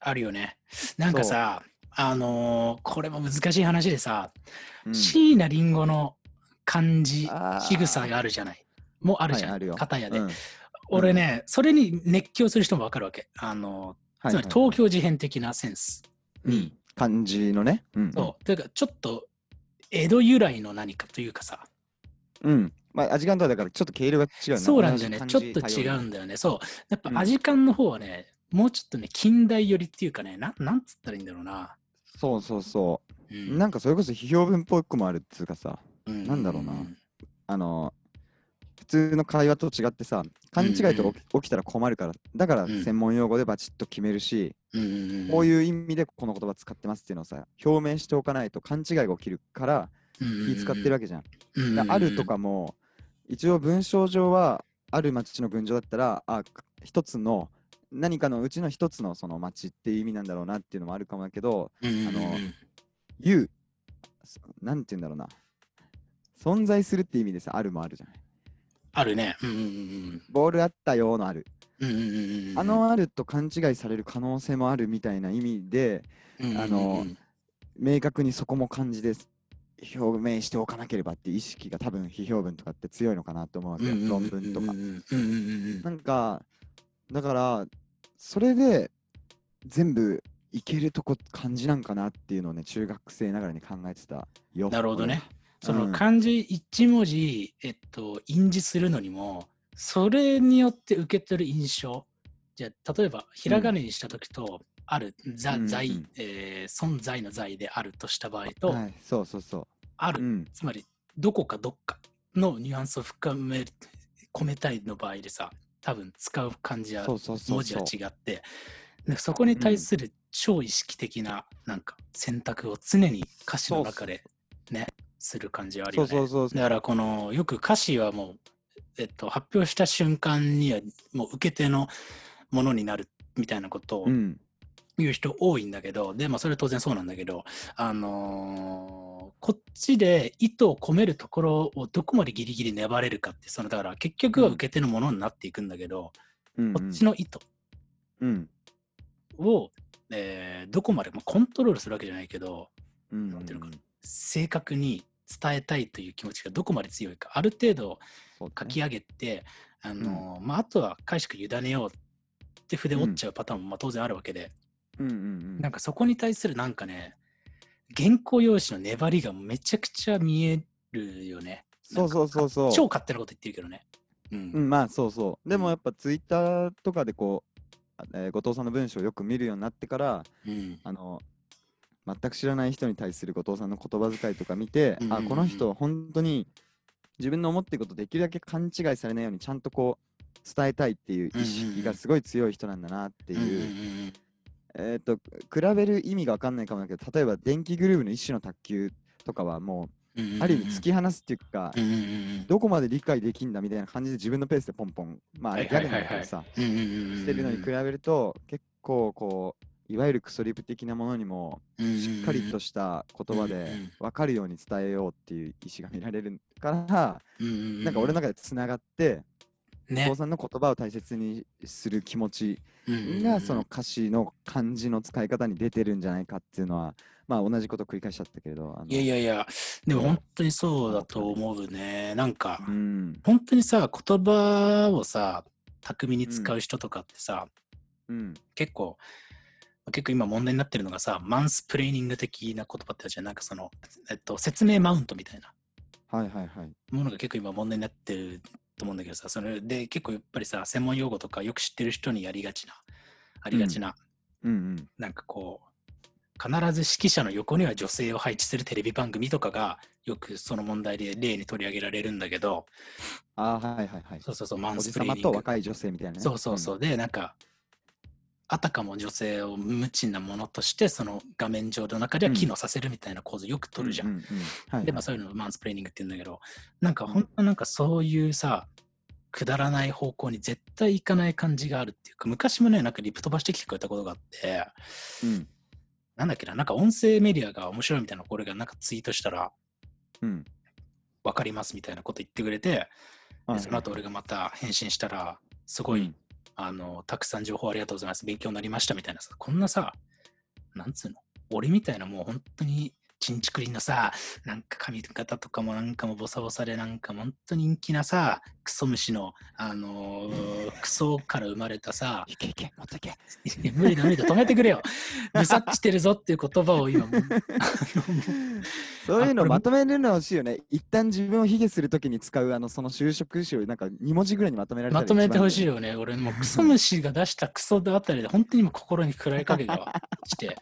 あるよね。なんかさ、あのーこれも難しい話でさ、
うん
椎名林檎の漢字
あー
仕草があるじゃないもうあるじゃん、
はいあるよ
片やで、
うん
俺ねそれに熱狂する人もわかるわけあの
はい
つまり
はい
東京事変的なセンスに、
うん漢字のね。うん、
そうというかちょっと江戸由来の何かというかさ、
うん。うん。まあ、味感とはだからちょっと毛色が違う
そうなんだよねちょっと違う
だ。
んだよねそうやっ
うん
ぱアジカンの方はね、もうちょっとね近代寄りっていうかねなんなんつったらいいんだろうな、
そうそうそうう。
ん
なんかそれこそ批評文っぽくもあるっつうかさ、
うん
なんだろうなあの、普通の会話と違ってさ勘違いと
うんう
か
ん
起き起きたら困るからだから
うん
専門用語でバチッと決めるし、
うん
こう
い
いう意味でこの言葉使ってますっていうのをさ表明しておかないと勘違いが起きるから気使ってるわけじゃん。
け、うんうん
で
うん
あると、かも一応文章上はある町の群青だったらあか一つの何かのうちの一つのその町っていう意味なんだろうなっていうのもあるかもだけど
うんうんうん
あの you そなんて言うんだろうな存在するって意味でさあるもあるじゃない
あるね。うんうん
ボールあったよのある、
うんうんうんうんうん
あ、のあると勘違いされる可能性もあるみたいな意味で
うんうんうん
あの明確にそこも漢字です表明しておかなければっていう意識が多分批評文とかって強いのかなと思うわけよ、論文とか
うんうんうんうん
なんかだからそれで全部いけるとこ感じなんかなっていうのをね中学生ながらに考えてたよ。
なるほどね。その
うん
漢字一文字、えっと、印字するのにも、それによって受け取る印象。じゃあ、例えば、ひらがなにしたときと、ある、ざ
う、ん
在
うん、
えー存在の在であるとした場合
俺。
と、
はい、そうそうそ
あ
う。う
る、
ん。
つまり、どこかどっかのニュアンスを深め、込めたいの場合でさ、多分使う漢字や
そうそうそう
文字
そ
は
う。
違って、でそこに対する超意識的ななんか選択を常に歌詞の中でね、する感じはある
そ
よ
う
ね。
そうそう。
だからこのよく歌詞はもう、えっと、発表した瞬間にはもう受け手のものになるみたいなことを
うん。
言う人多いんだけど、でまあそれは当然そうなんだけど、あのーこっちで意図を込めるところをどこまでギリギリ粘れるかってそのだから結局は受け手のものになっていくんだけど、
うん
こっちの意図
うん。
を、えーどこまで、まあ、コントロールするわけじゃないけど
うん。
なんていうのか
うん
正確に伝えたいという気持ちがどこまで強いかある程度
そうだ
書
ね
き上げて、あのーまあ、あとは解釈委ねようって筆折っちゃうパターンもまあ当然あるわけで、
うんうんうん。
なんかそこに対するなんかね原稿用紙の粘りがめちゃくちゃ見えるよね。
そうそうそうそう。
超勝手なこと言ってるけどね。うん
うん、まあそうそう。で
うん
もやっぱツイッターとかでこう、あえー後藤さんの文章をよく見るようになってから、
うん
あの全く知らない人に対する後藤さんの言葉遣いとか見て、
うんうんうんうん
あこの人は本当に自分の思ってることできるだけ勘違いされないようにちゃんとこう伝えたいっていう意識がすごい強い人なんだなっていう、
うん
えっ、と比べる意味が分かんないかもだけど例えば電気グルーヴの一種の卓球とかはも
うんうんうんうん
うある意味突き放すっていうか、
うんうんうん
どこまで理解できんだみたいな感じで自分のペースでポンポンまああれ
は
ギ
いは
ャ
い
グ
はいは
ないんだけどさ、
うんうんうんうん
してるのに比べると結構こういわゆるクソリプ的なものにもしっかりとした言葉
うん
で
うんうん
分かるように伝えようっていう意思が見られるから、
な
なんか俺の中でつながって、お
ね
父、さんの言葉を大切にする気持ち
うんうんうん
がその歌詞の漢字の使い方に出てるんじゃないかっていうのは、まあ同じこと繰り返しちゃったけれど、あの
いやいやいや、でも本当にそうだと思うね。なんか、
うん、
本当にさ、言葉をさ、巧みに使う人とかってさ、
うん、
結構、結構今問題になってるのがさ、マンスプレーニング的な言葉ってあるじゃん。なんかその、えっと、説明マウントみたいな
はいはいはい。
ものが結構今問題になってると思うんだけどさ、それで結構やっぱりさ、専門用語とかよく知ってる人にやりがちな、ありがちな
うん
なんかこう、必ず指揮者の横には女性を配置するテレビ番組とかが、よくその問題で例に取り上げられるんだけど、
うん、あーはいはいはい。
そうそうそう、マ
お
ン
じ
スプレー
様
ニング。
と若い女性みたいなね。
そうそうそう。で、なんか、あたかも女性を無知なものとして、その画面上の中では機能させるみたいな構図よく
うん、
取るじゃん。
うううはいはい
で、まあそういうのをマンスプレーニングって言うんだけど、なんか本当なんかそういうさ、くだらない方向に絶対行かない感じがあるっていうか、昔もね、なんかリプ飛ばして聞こえたことがあって、
うん、
なんだっけな、なんか音声メディアが面白いみたいな、これがなんかツイートしたら、
うん。
わかりますみたいなこと言ってくれて、
は
で
い
その後俺がまた返信したら、すごい、
うん
あの、たくさん情報ありがとうございます、勉強になりましたみたいなさ、こんなさ、なんつうの、俺みたいなもう本当に、ちんちくりんのさ、なんか髪型とかもなんかもボサボサでなんか本当に人気なさ、クソ虫の、あのークソから生まれた
(laughs)
さ、
いけいけ、もっといけ。
(laughs) いや無理だ無理だ止めてくれよ。むさっちてるぞっていう言葉を今、もうあのもう
そういう
あこ
の
れ
まとめるの欲しいよね。一旦自分を卑下するときに使うあのその就職詞をなんか2文字ぐらいにまとめられたら
まとめてほしい
よ。
よね。俺もうクソ虫が出したクソだあたりで、本当に今心に暗い影が来
(laughs)
て。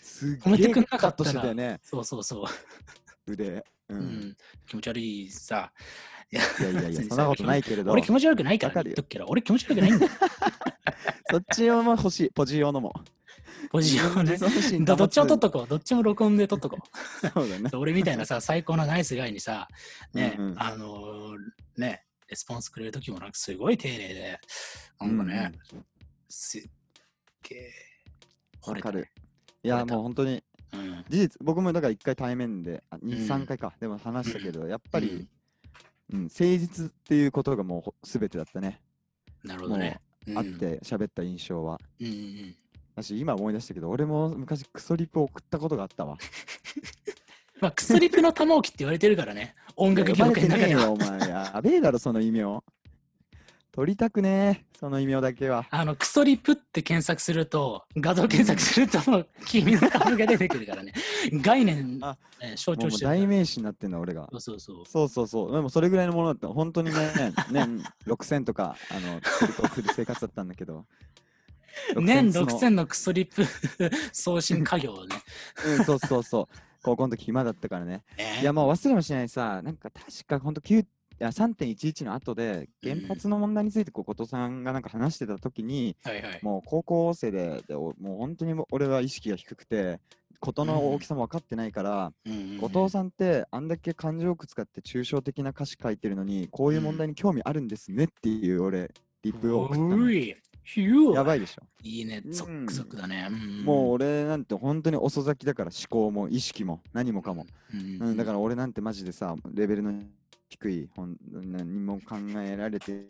すっ
止め
げ
て
え
くれな
カ
か
ッ
った
ト
ら
してたよね、
そうそうそう。
腕。う。
うんん、気持ち悪いさ。
いやいやい
別 (laughs)
や、
に
そんなことないけれど、
俺気持ち悪くないか
わ
ら
か
ね言
るよ
っとくけど、俺気持ち悪くない
(laughs)
んだよ。
そっち用も欲しい、ポジ用のも。
ポジションね。どどっちも撮っとこう。どっちも録音で撮っとこう。
たそうだね。
そう俺みたいな
(laughs)
さ、最高のナイスガイにさ、ね、
うんうん
あのーね、レスポンスくれる時もなんかすごい丁寧で、なんかね、すっげえ。
うん、わか
惚れ
る。いや、
惚れた
もう本当に、
たね。うん。
事実、僕もだから一回対面で、あ
う
2、
ん
3回か、でも話したけど、やっぱり、うん、誠実っていうことがもうほ全てだったね。
なるほ
も
ど
う、
ね。うん
会っ。て喋った印象は。
うんうんうん。
だし、今思い出したけど、俺も昔クソリプ送ったことがあったわ。
まあ、クスリプの玉置って言われてるから
(laughs)
ね。音楽業
読まれ
界
て
の中
ねえ
では。
よ、お前。やべえだろ、その異名。取りたくねえ、その異名だけは。
あの、クソリプって検索すると、画像検索すると、君の顔が出てくるからね。概念、
あ
ね、象
もう
徴
もう
してるから。
代名詞になってんだ、俺が
そ。うそうそう。
そうそうそう、でもそれぐらいのものだった。本当にね、
(laughs)
年6000とか、あの、取り送る生活だったんだけど。
年
その
6000のクソリップ (laughs) 送信家業をね。
うん、そうそう (laughs) そう。高校の時暇だったからね。
ね
(laughs) いや、もう忘れもしないさ、なんか確か本当9、いや3.11の後で原発の問題についてこう後藤さんがなんか話してた時に、
はいはい。
もう高校生ででおもう本当にもう俺は意識が低くて事の大きさも分かってないから、後藤
ん。
さんってあんだけ感情を使って抽象的な歌詞書いてるのにこういう問題に興味あるんですねっていう俺リプを送ったの
うい、ヒュー
やばいでしょ、
いいね、ゾックゾクだね。
もう俺なんて本当に遅咲きだから思考も意識も何もかも、
うん、、
うん、だからら俺なんてマジでさ、レベルの低い、ほん何も考えられて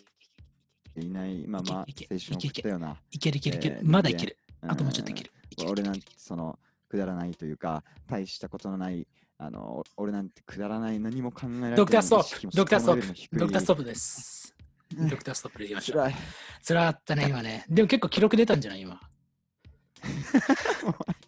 いないまま青
いけいけ
春を送ったような。
いけるいけるいける
え。ー
まだいける。
うん
あともうちょっといける。いける
俺
いけ
な
る
んてそのくだらないというか、大したことのない、あの俺なんてくだらない何も考えられてない。
ドクターストップ
意識も
ドクターストップ
思考もレベルも低い
ドクターストップです。
うん
ドクターストップでいきましょう。
辛い。
つらかったね、今ね。でも結構記録出たんじゃない (laughs) 今。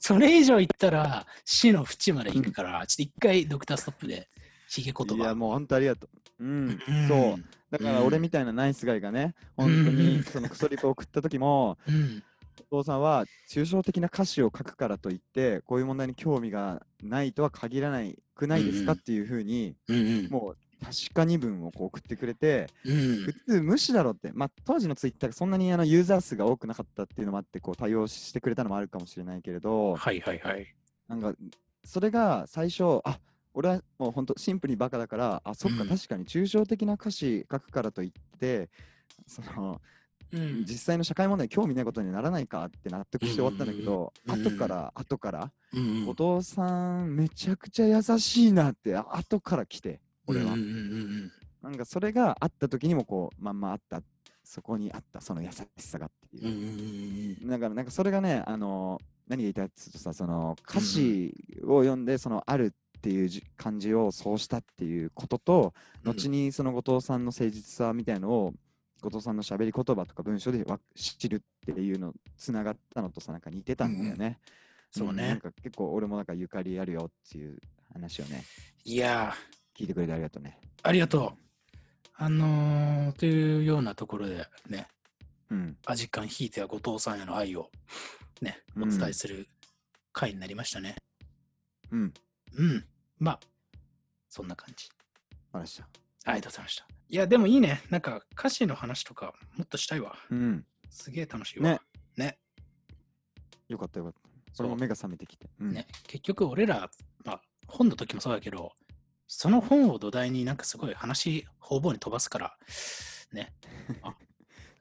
それ以上いったら死の淵まで行くから、ちょっと一回ドクターストップでひげ言葉。
いや、もう本当ありがとう。うん、
ん
そう。。だから俺みたいなナイスガイがね、本当
うん
にそのクソリプを送った時も、
うん。
お父さんは抽象的な歌詞を書くからといってこういう問題に興味がないとは限らないくないですか
うんうん
っていうふうに、
うんうん。
もう確かに文をこう送ってくれて、
うん
普通無視だろって、まあ、当時のツイッターがそんなにあのユーザー数が多くなかったっていうのもあってこう対応してくれたのもあるかもしれないけれど
はいはいはい。
なんかそれが最初あ俺はもう本当シンプルにバカだからあそっか、
うん
確かに抽象的な歌詞書くからといってその
うん
実際の社会問題に興味ないことにならないかって納得して終わったんだけど、
うんうんうん
後から後から、
うん
お父さんめちゃくちゃ優しいなってあ後から来て俺は、
うんうんうん
なんかそれがあった時にもこうまんまあったそこにあったその優しさがって
うんう
い
ん
う、
うん
だからなんかそれがねあの何が言いたいかっていうとさその歌詞を読んでそのあるっていうじ感じをそうしたっていうことと、
うん
後にその後藤さんの誠実さみたいのを後藤さんの喋り言葉とか文章でわ知るっていうのつながったのとさなんか似てたんだよね。
そう
うんなん
ね。
か結構俺もなんかゆかりあるよっていう話をね
いや
聞いてくれてありがとうね。
ー、ありがとう。あのー、というようなところでね、
うん。
アジカンひいては後藤さんへの愛をね、
う
お
ん
伝えする回になりましたね。
うん。
うん。まあ、そんな感じ。
あらした。
ありがとうございました。いや、でもいいね。なんか歌詞の話とかもっとしたいわ。
うん。
すげえ楽しいわ。
ね
ね。
よかったよかった。
そ
こ
う
れも目が覚めてきて。うん、
ね、結局俺ら、まあ、本の時もそうだけど、その本を土台になんかすごい話、方々に飛ばすから、ね。あなん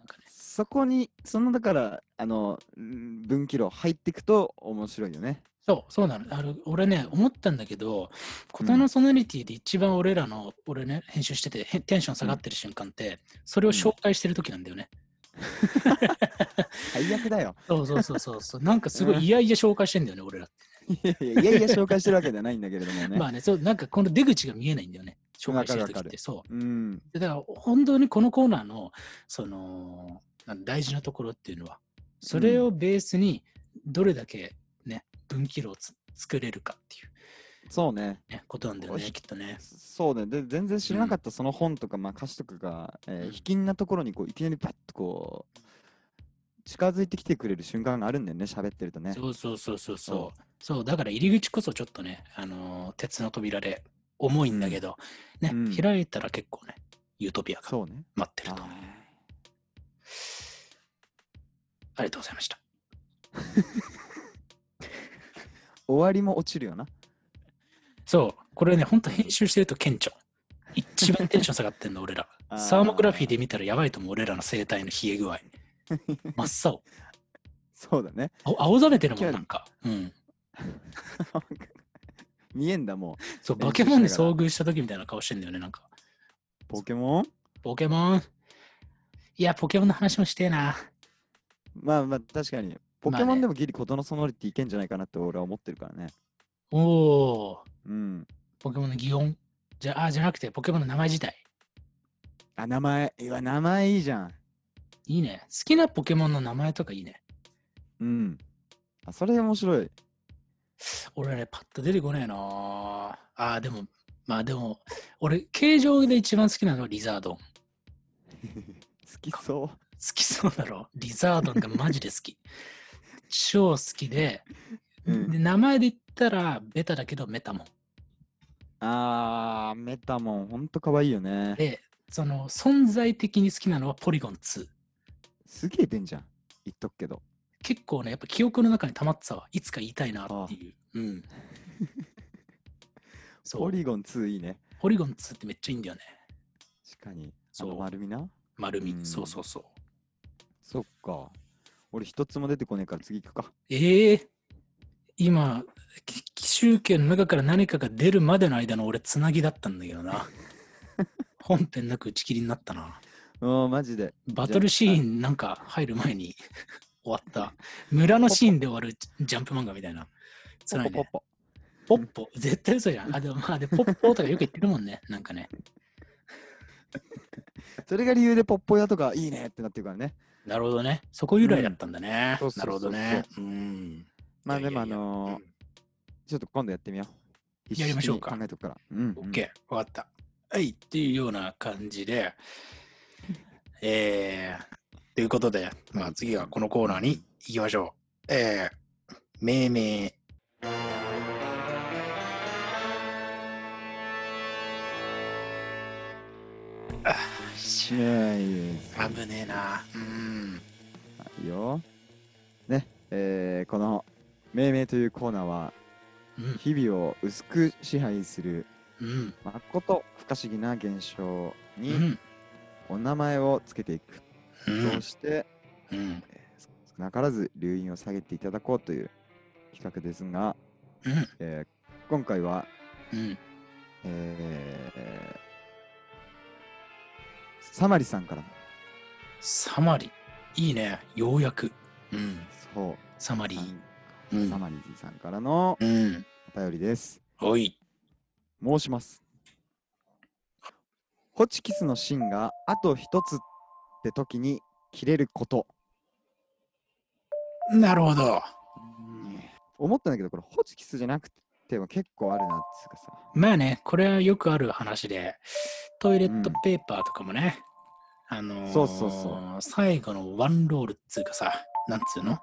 かね
そこにそのだからあのうん分岐路入っていくと面白いよ (laughs) ね。
そう、そうなの。あの俺ね、思ったんだけど、
うん
言のソナリティで一番俺らの、俺ね、編集しててへテンション下がってる瞬間って、それを紹介してる時なんだよね。
最悪だよ。
そうそうそうそうそう。 (laughs) なんかすごい嫌々紹介してんだよね、俺ら。
いやいやいやいや紹介してるわけじゃないんだけれど (laughs) もね。
まあね、そう、なんかこの出口が見えないんだよね。紹介してる時っ
わかるわか
て。
る
そう。
うん。
でだから本当にこのコーナーのそのなん大事なところっていうのはそれをベースにどれだけね分岐路をつ作れるかっていう、
そうね。
ね、ことなんだよ
お
ね
し
きっとね。
そうね。で、全然知らなかったその本とか、まあ歌詞とかが、え
うん
ー、卑近なところにこういきなりパッとこう、近づいてきてくれる瞬間があるんだよね、喋ってるとね。
そうそうそうそう
そ
そうそうだから入り口こそちょっとね、あのー鉄の扉で重いんだけど、ね、
うん
開いたら結構ねユートピアが
そうね。
待ってると。
はい
ありがとうございました。
終わりも落ちるよな。
そう、これね、ほんと編集してると顕著。一番テンション下がってんの、俺ら。
(laughs) あー
サーモグラフィーで見たらやばいと思う、俺らの生態の冷え具合。
(laughs)
真っ青。
そうだね。 (laughs)
あ青ざめてるも
キャ
ん、
ラ
なんか。うん。
見えんだ、も
そう、
練習
ポケモンに
しなが
遭
ら
遇した時みたいな顔してんだよね、なんか。
う。ポケモン
ポケモン。いや、ポケモンの話もしてえな。
まあまあ、確かに。ポケ
まあ
モ
ね
ンでもギリことのソノリティいけんじゃないかなって俺は思ってるからね。
おおー、
うん。
ポケモンの擬音。じゃあ、あじゃなくて、ポケモンの名前自体。
あ、名前。いや、名前いいじゃん。
いいね。好きなポケモンの名前とかいいね。
うん。あ、それ面白い。
俺ね、パッと出てこねえなああー、でも、まあでも、俺、形状で一番好きなのはリザードン。好
好きそ
きそうだろリザードンがマジで好
(laughs)
き。超好きで、
う。うん
で、名前で言ったら、ベタだけどメタモン。
あー、メタモン、ほんとかわいいよね。
で、その、存在的に好きなのはポリゴン2。
すげえ出んじゃん。言っとくけど。
結構ね、やっぱ記憶の中に溜まってたわ。いつか言いたいなっていう。うん。
(laughs)
そう
ポリゴン2いいね。
ポリゴン2ってめっちゃいいんだよね。
確かに。あ
そう
の丸みな。
丸み。
うん
そうそうそう。
そっか。俺一つも出てこねえから次行くか。
ええ今、き奇襲家の中から何かが出るまでの間の俺、つなぎだったんだけど
(laughs)
な。本編なく打ち切りになったな。
うん、マジで。
バトルシーンなんか入る前に終わった。村のシーンで終わるジジャンプ漫画みたいな。
ポ
辛い
ポポ
ね。
ポ。
ポッポ、絶対嘘じゃん。あ、でもまあ、で、ポッポとかよく言ってるもんね。なんかね。
それが理由でポッポ屋とかいいねってなってるからね。
なるほどね。そこ由来だったんだね。
うんそ
な
うそう
る
そ
ほ
うそ
ど
う
ね。うん。
まあ
いや
で
いや
もあ
いや
のーちょっと今度やってみよう。
やりましょうか
必死に考えとくから。うん。
オッケー、わかった。はい、っていうような感じで、えー、ということで、まあ、次はこのコーナーに行きましょう。えー、命名。あーし
うん。いやいやいや
危ねえな。うん。
いいよ。ね、えーこの命名というコーナーは、
うん。
日々を薄く支配する、
うん。
まこと不可思議な現象
う
に
ん。
お名前をつけていく。
う。
そうんして、
うん。
少なからず留飲を下げていただこうという企画ですが、
うん。
えー今回は、
うん。
えーサマリさんから、
サマリ。いいね。ようやく。うん。
そう、
サマリ
さん。
う
サ
ん。
マリーさんからの
うん。
お便りです。
おい。
申します。ホチキスの芯があと一つって時に切れること。
なるほど。
思ったんだけど、これホチキスじゃなくても結構あるなっていうかさ。
まあね、これはよくある話で、トイレットペーパーとかもね、あのー
そうそうそ
最後のワンロールっつうかさ、なんつうの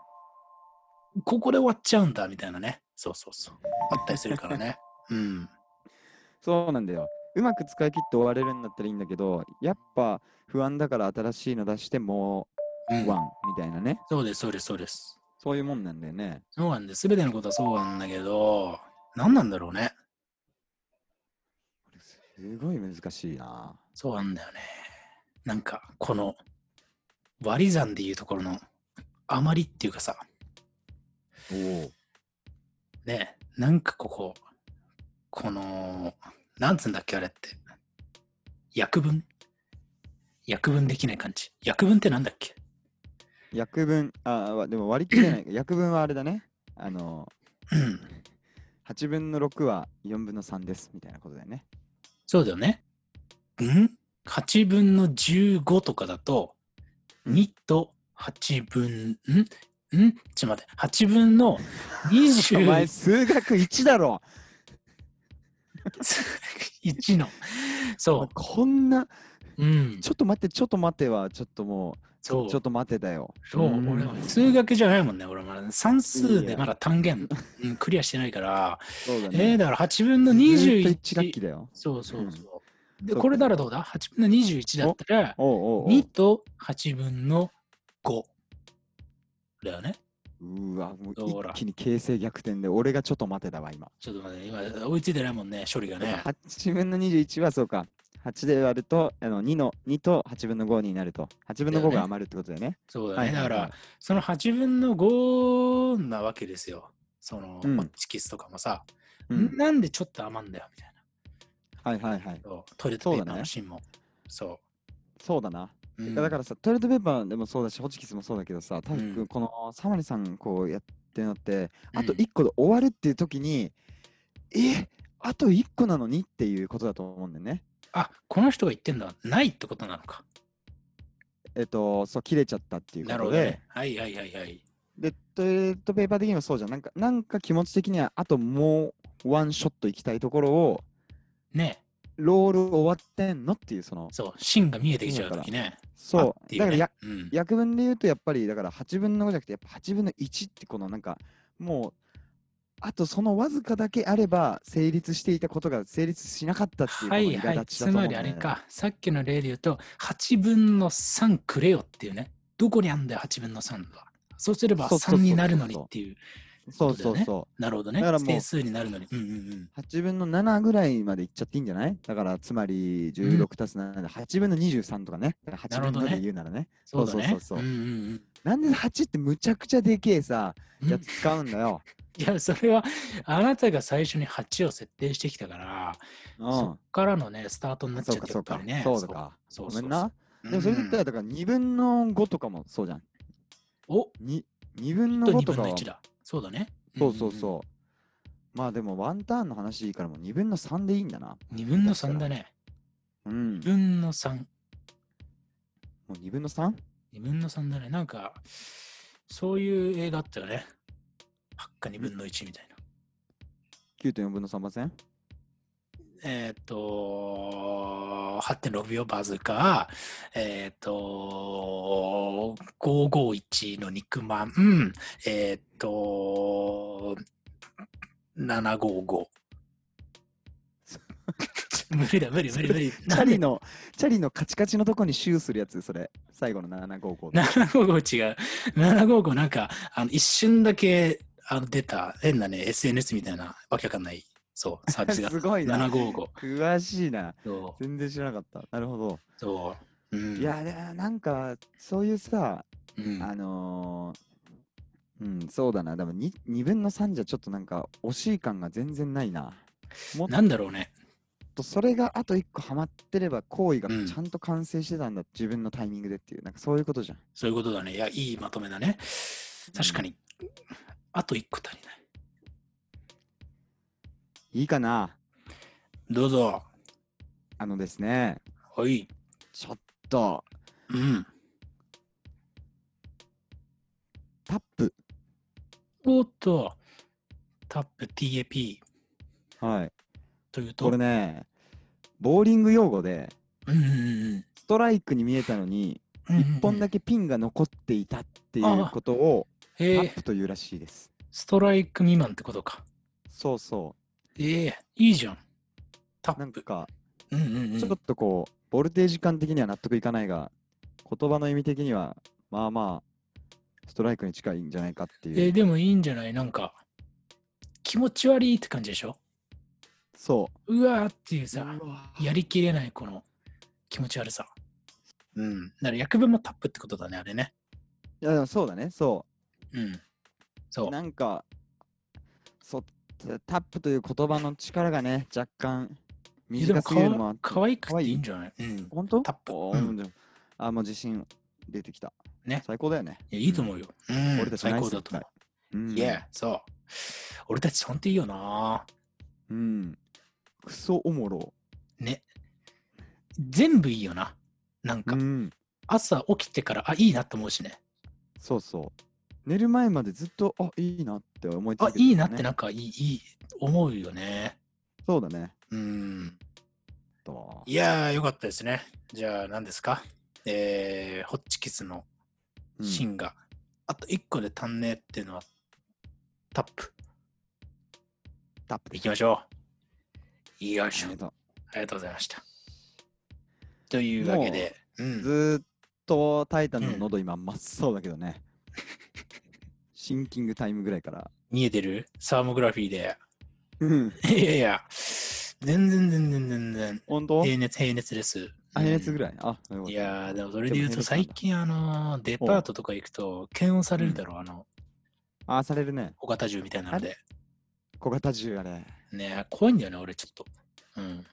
ここで終わっちゃうんだみたいなね。そうそうそう。あったりするから
(laughs)
ね。うん。
そうなんだよ。うまく使い切って終われるんだったらいいんだけど、やっぱ不安だから新しいの出しても
う
うんワンみたいなね。
そうです、そうです、そうです。
そういうもんなんだよね。
そうなんで、すべてのことはそうなんだけど、何なんだろうね。
これすごい難しいな。
そうなんだよね。なんか、この、割り算でいうところの、余りっていうかさ、
おお。
ねなんかここ、この、なんつうんだっけあれって。約分約分できない感じ。約分ってなんだっけ
約分、あわでも割り切れない。 (clears throat) 約分はあれだね。あの、
うん。
8分の6は4分の3ですみたいなことだよね。
そうだよね。ん ?8 分の15とかだと、2と8分、んんちょっと待って。8分の
お前
20
数学1だろ
(laughs) 1の。そ
こんな、
う。うん。
ちょっと待って、ちょっと待ては、ちょっとも
そう
う、ちょっ。と待てだよ。
そう、
うん
俺は数学じゃないもんね、俺はまだ算数
い
で
や
まだ単元、うんクリアしてないから、
そうだ
えー、
ね。
だから8分の
ずーっと1学期
21。
だよ。
そうそうそう。で、
そっか
これならどうだ ?8 分の21だったら、
おうおうおう
2と8分の5。だよね。
うわ、もう
どうだ
一気に形勢逆転で、俺がちょっと待てたわ、今。
ちょっと待って、今、追いついてないもんね、処理がね。
8分の21はそうか。8で割ると、あの2の2と8分の5になると。8分
だ
の
よ
5
ね
が余るってことだよね。
そうだ
は
ね。
い
だ
はいは
か
い
ら、その8分の5なわけですよ。その、
うん
ホッチキスとかもさ、
うん
なんでちょっと余んだよみたいな
はいはいはい。。
そうトイレットペーパー
そうだ
の
ね
芯も。そ
そうだな。
う。うん
だからさ、トイレットペーパーでもそうだし、ホチキスもそうだけどさ、タイ
う
君、
ん
このサマリさんこうやってるのって、あと
うん
1個で終わるっていう時に、えあと1個なのにっていうことだと思うんだよね。
あ、この人が言ってんだ。ないってことなのか。
えっと、そう、切れちゃったっていうこ
なるほ
と
ど
で、
ね。はいはいはいはい。
で、トイレットペーパー的にもそうじゃん。なんか、なんか気持ち的には、あともうワンショットいきたいところを、
ね。
ロール終わってんのっていう、その、
そう、芯が見えてきちゃうときね。
そ
あっ
う、
てい
だ
う
から
ね
や、
うん
約分で言うと、やっぱり、だから8分の5じゃなくて、やっぱ8分の1って、このなんか、もう、あとそのわずかだけあれば成立していたことが成立しなかったっていうこ
は
の
い
苛
はい。
立ちだ
つ
と思う
ま
ん
り
だ
あ
よね
れか、さっきの例で言うと、8分の3くれよっていうね。どこにあんだよ、8分の3は。そうすれば
そうそうそう
3
そう
になるのにっていう。
そうそ
こ
う
とだ
そ
なるほどね。
だからもう
定数になるのに。うんうんうん。
う。8分の7ぐらいまでいっちゃっていいんじゃないだから、つまり16足す7で8分の23とかね。8分の
なるほどね
7で言うならね。
そうだね。
そうそうそうそうん
うん
なんで8ってむちゃくちゃでけえさ、
うん。
やつ使うん
(laughs)
だよ。
いや、それは、あなたが最初に8を設定してきたから、
う
そっ
ん。
からのね、スタートになっちゃ
そううか
と
そ
や
う
っぱ
か
りね。。
そうだか。
そう。
ご
そう
めんな。。
う
でもそれだったら、だから2分の5とかもそうじゃん。
うんお
に2分の
と2
5と
分
か
の
は
1だ。そうだね。
そうそう
うんうん
そう。まあでもワンターンの話いいからもう2分の3でいいんだな。
うん。2分の3だね。
うん。
2分の3。
もう2分の 3?
2分の3だね。なんか、そういう映画あったよね。8か2分の1みたいな。
9.4分の3番線
えーっ、と、8.6秒バズーカー、えーっ、と、551の肉まん、うんえーっ、と、755。無理だ、無理、無理、無 (laughs) 理。
チャリ
の
の、チャリのカチカチのとこにシューするやつ、それ。最後の755。
(laughs) 755違う。755なんか、あの一瞬だけあの出た変なね、SNS みたいなわけわかんない、そう、サービスが。
(laughs) すごいな。
755。
詳しいな。
そう、
全然知らなかった。なるほど。
そう。うん、
いや、でなんか、そういうさ、
うん、
あのー、うん、そうだな。でも 2, 2分の3じゃちょっとなんか惜しい感が全然ないな。もっ
なんだろうね。
とそれがあと1個ハマってれば行為が
うん
ちゃんと完成してたんだ、自分のタイミングでっていう、なんかそういうことじゃん。
そういうことだね。いや、いいまとめだね。確かに。あと一個足りない。
いいかな
どうぞ。
あのですね、
はい。
ちょっと
うん。
タップ。
おっと、タップ TAP
はい。
というと。
これね、ボーリング用語で、
うんうん
ストライクに見えたのに、
うん。
1本だ
け。
けピンが残っていたっていうことを
え
タ
ー
ップというらしいです。
ストライク未満ってことか。
そうそ
ええいいじゃん。タ
う。な
ッ
ん
プ。
か、
うんうんうん
ちょっとこう、ボルテージ感的には納得いかないが、言葉の意味的には、まあまあ、ストライクに近いんじゃないかっていう。
えーでもいいんじゃないなんか、気持ち悪いって感じでしょ
そう
わーっていう
う。
さ、
うわ
やりきれないこの気持ち悪さ。うん。だから役分もタップってことだね、あれね。
いやでもそうだね、そ。
うん。そうう。
なんか、そうタップという言葉の力がね、若干
いやで
短
も
す
か
ぎるのもあっ
わ
て。
かわいく
可
て
愛い
いいんじゃないうん。い
本当
タップ
お
う
ー
ん
うんじゃあ、もう自信出てきた。
ね
最高だよね。
やいいと思うよ。うん。
俺たち
最
ナイ
高
ス
だと思
う
う。
ん
いや、そう。俺たちほんといいよな
うん。クソおもろ。
ね。全部いいよな。なん
う
か、
ん。
朝起きてから、あ、いいなと思うしね。
そうそう。寝る前までずっと、あ、いいなって思い
あ
続、けてる
いい
よ
な
ね
ってなんか、いい、いい、思うよね。
そうだね。
うん。
と
いやー、よかったですね。じゃあ、何ですかえー、ホッチキスの
うん
シーンが、あと1個で足んねえっていうのは、タップ。
タップ
いきましょう。よいし
あ
ょ
り。がとう
ありがとうございました。というわけで、うん
ずーっとタイタンの喉今真っ青だけ
(laughs)
どね。シンキングタイムぐらいから。
見えてるサーモグラフィーで。
うん。
いやいや、全然全然全然。
本当
平熱、平熱です。
あ、平熱ぐ
らい
らい。あ、なるほど
いやー、でもそれで言うと、
でも平熱なん
最
だ
近、あのー、デパートとか行くと、検温されるだろう、あの、
あ、されるね。
小型銃みたいなので。
小型銃あれ。
ね怖いんだよね、俺ちょっと。うん。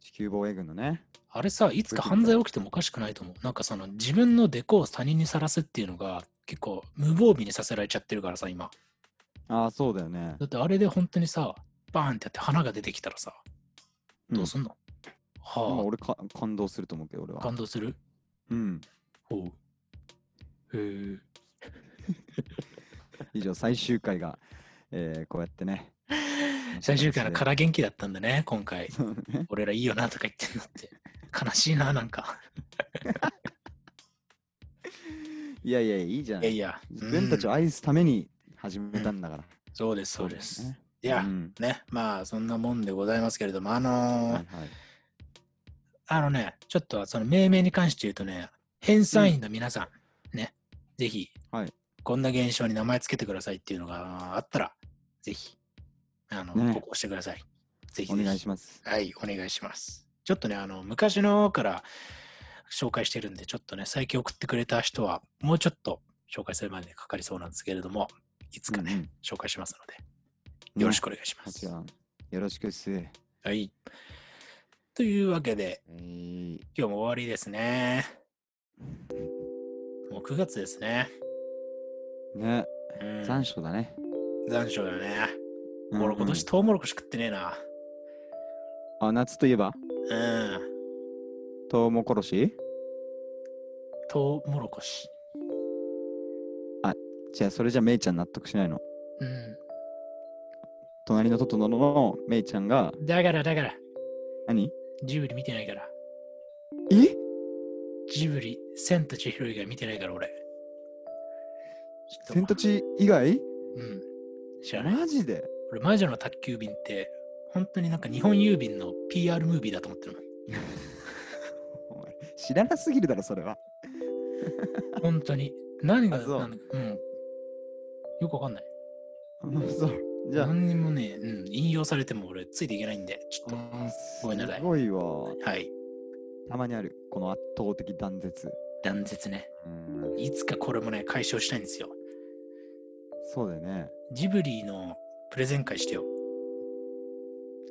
地球防衛軍のね。
あれさ、いつか犯罪起きてもおかしくないと思う。なんかその、自分のデコを他人にさらすっていうのが、結構、無防備にさせられちゃってるからさ、今。
あ、そうだよね。
だってあれで本当にさ、バーンってやって花が出てきたらさ、どうすんの、
まあ
は
俺か感動すると思うけど、俺
あ、
は
感。動する
うん。
ほう。へえ。
以上、最終回が、えーこうやってね。
最終回のから元気だったんだね、今回。
そうね
俺らいいよなとか言ってんだって。悲しいな、なんか。
いやいや、いいじゃ
い
な
や
い。
いや。
自分たちを愛すために始めたんだから。
うんそうです、そうです。
ね
いや、
うん
ね、まあそんなもんでございますけれども、あの
はい
ー
はい
あのね、ちょっとその命名に関して言うとね、編纂員の皆さん、ね、ぜひ、
はい
こんな現象に名前つけてくださいっていうのがあったら、ぜひ、あの、
ね
投稿してください。ぜひぜ
お
ひ
願いします。
はい、お願いします。ちょっとね、あの、昔のから紹介してるんで、ちょっとね、最近送ってくれた人は、もうちょっと紹介するまでかかりそうなんですけれども、いつかね、
うんうん
紹介しますので、よろし
く。
くお願いしま
も
す。
ちろん。よろしくっす。
はい。というわけで、
はい。
今日も終わりですね。もう9月ですね。
ね、
うん、
残暑だね。
残暑だよね。
うん
俺今年トウモロコシ食ってねえな。
あ、夏といえば、
うん。
トウモコロシ
トウモロコシ。
じゃあ、それじゃメイちゃん納得しないの。
う
隣のトトノのメイちゃんが、
ん。だからだから、
何
ジブリ見てないから。
え
ジブリ、千と千尋以外見てないから俺。ちょっと
千と千以外
うん。知らない。
マジで
俺、魔女の宅急便って、本当になんか日本郵便の PR ムービーだと思ってるもん。
お前知らなすぎるだろ、それは。
本当に。何が
あそう
なんだうん。よくわかんない。
うん (laughs) そう。じゃあ、
何にもね、うん、引用されても俺ついていけないんで、ちょっと。
あー
ごめんなさい
すごいわ。
はい。
たまにある、この圧倒的断絶。
断絶ね。
うん、
いつかこれもね、解消したいんですよ。
そうだよね。
ジブリのプレゼン会してよ。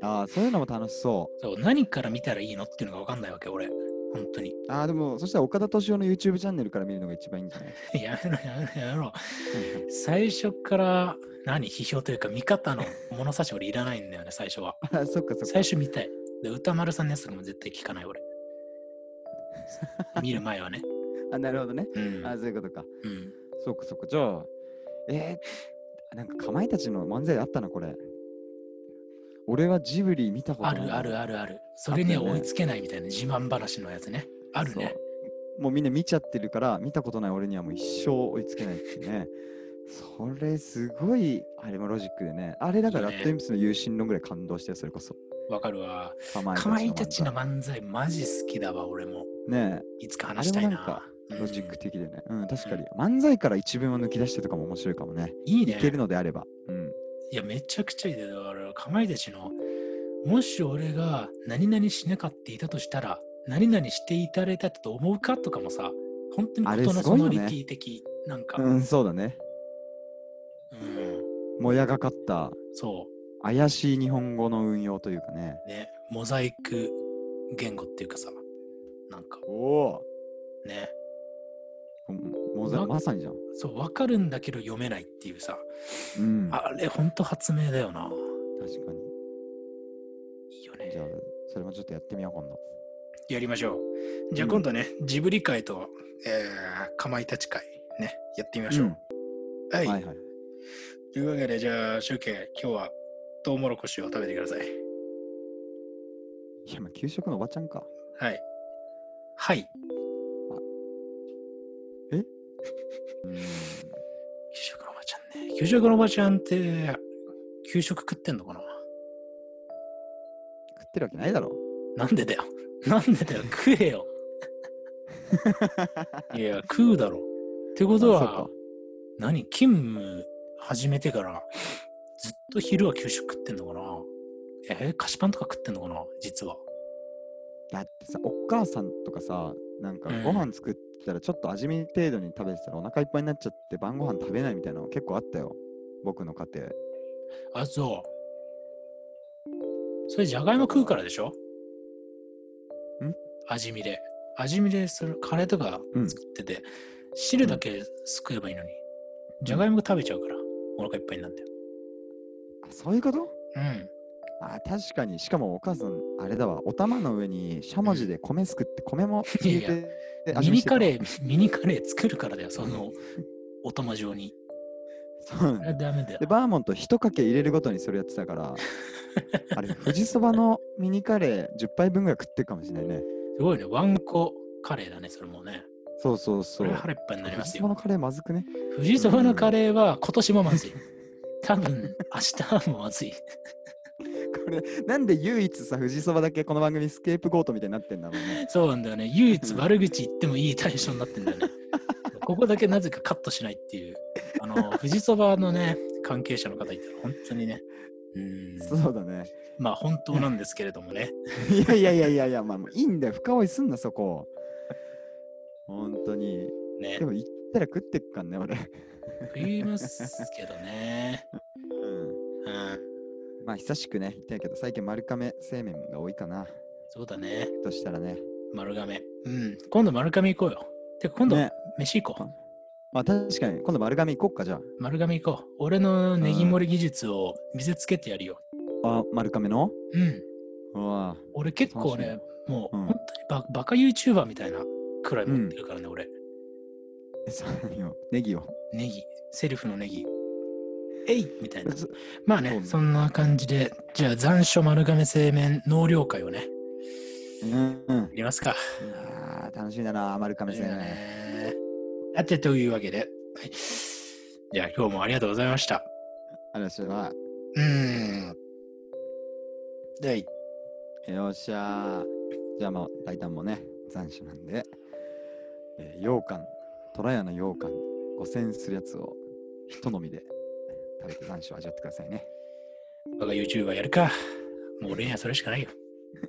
ああ、そういうのも楽しそ
そう、何から見たらいいのっていうのがわかんないわけ、俺。本当に。 (laughs)
う。ああ、でも、そしたら岡田敏夫の YouTube チャンネルから見るのが一番いいんじゃ (laughs) ない
やめろ、やめろ、やめろ。最初から、何、批評というか、見方の物差し俺いらないんだよね、最初は。
あーそっかそっか。
最初見たい。で歌丸さんのやつとかも絶対聞かない、俺。見る前はね。
あなるほどね。 (laughs)
うん。
あーそういうことか。
うん、
そっかそっか。じゃあ、えー、なんかかまいたちの漫才あったな、これ。俺はジブリ見たこと
あ
ない。
るある
あ
あるある。それには
あったよ
追い
ね
つけないみたいな自慢話のやつね。あるね。
もうみんな見ちゃってるから、見たことない俺にはもう一生追いつけないってい
(laughs)
うね。それすごい、あれもロジックでね。あれだから
いいね
ラッドエンプスの有心論ぐらい感動してよそれこそ。
わかるわ。
かま
かまいたちの
漫
漫才マジ好きだわ、俺も。
才ね
いつか話したい
あれもなん
な
か。え、ロジッ
う
ク
ん
的でね。うん、確かに。漫才から一文を抜き出してとかも面白いかもね。
いい
い
ね。
けるのであれば。うん。
いや、めちゃくちゃいいだから、かまいたちの、もし俺が何々しなかっていたとしたら、何々していたれたと思うかとかもさ、本当に
あ
こ
れ
との
す
ソ
ごい
ノ
よね
リティ的、なんか、
うん、そうだね。
うん、
もやがかった
そ
怪しい日本語の運用というかね。
う、ね、モザイク言語っていうかさ、なんか
お
ね、
おもうざ
ま
まさにじゃん。
そう、わかるんだけど読めないっていうさ、
うん。確か
あれ、ほんと発明だよな。
に。
いいよね
じゃ。あ、それもちょっとやってみよう、今度。
やりましょう。じゃあ
うん
今度ね、ジブリ会と、えー、かまいたち会、ね、やってみましょう。はい、
はいはい。
というわけで、じゃあ、シュウケ、今日はトウモロコシを食べてください。
いや、まあ、給食のおばちゃんか。
はい。はい。
うん。
給食のおばちゃんね。給食のおばちゃんって、給食食ってんのかな
食ってるわけないだろ。
なんでだよ。なんで
(laughs)
だよ、食えよ。いや、食うだろ。ってことは
あそうか、
何勤務始めてから、ずっと昼は給食食ってんのかなえー菓子パンとか食ってんのかな実は。
だってさ、お母さんとかさ、なんか
うん
ご飯作ったらちょっと味見程度に食べてたらお腹いっぱいになっちゃって晩ご飯食べないみたいなの結構あったよ。僕の家庭。
あ、そう。それ、じゃがいも食うからでしょ
ん
味見で。味見で、それ、カレーとか
うん
作ってて、汁だけすくえばいいのに。じゃがいも食べちゃうから、お腹いっぱいになって。
あ、そういうこと
うん。
あ、確かに。しかもお母さん、あれだわ。お玉の上にしゃもじで米すくって米も入
い
れて
や
で味
ミ
見
ニ
してた
カレー、ミ (laughs) ニカレー作るからだよ、その、お玉状に。
そう
あ
なんだ
れダメだよ
で。バーモント一かけ入れるごとにそれやってたから
(laughs)
あれ富士そばのミニカレー10杯分ぐらい食ってるかもしれないね
すごいね、ワンコカレーだね、それもね。
そうそう
そ
そう
れ腹いっぱいになりま
富
す
士そば
よ。
のカレーまずくね (laughs)
富士そばのカレーは今年もまずい。多分、明日もまずい。
これなんで唯一さ富士そばだけこの番組スケープゴートみたいになってんだろうね
そうなんだよね。唯一悪口言ってもいい対象になってんだよ
(laughs)
ね。ここだけなぜかカットしないっていう。あの、富士そばのね、関係者の方いたら本当にね。うん。
そうだね
まあ本当なんですけれどもね。
いやいやいやいやいやまあもういいんだよ深追いすんなそこ本当に
ね
で。も行ったら食ってっかんね俺、
食いますけどね。
う
うん。
ん、まあ久しくね行ってないけど最近丸亀製麺が多いかな
そうだね。
としたらね
丸亀。うん。今度丸亀行こうよ。てか今度
ね、
飯行こう。
まあ確かに今度丸亀行こっかじゃあ
丸亀行こう。俺のネギ盛り技術を見せつけてやるよ。
あ、丸亀の
うん。
うわ
俺結構ね
楽、
もう
うん
本当にバ,、カ YouTuber みたいなくらい持ってるからね、俺。
え、そうなんよ。ネギを。
ネギ、セルフのネギ。えいみたいな。
そ
まあ
そう
ね、
ね
そんな感じで、じゃあ残暑丸亀製麺納涼会をね、
うん。うん
やりますか。
いやー楽しみだな、丸亀
だ
製
よ
麺。
ね。さて、というわけで、はい。じゃあ今日もありがとうございました。
あれしは、
うーん。ではい、
よっしゃー。じゃあもう、大胆もね、残暑なんで、えー、羊羹、虎屋の羊羹、5000円するやつを、ひと飲みで食べて残暑を味わってくださいね。
我が YouTuber やるか。もう俺にはそれしかないよ。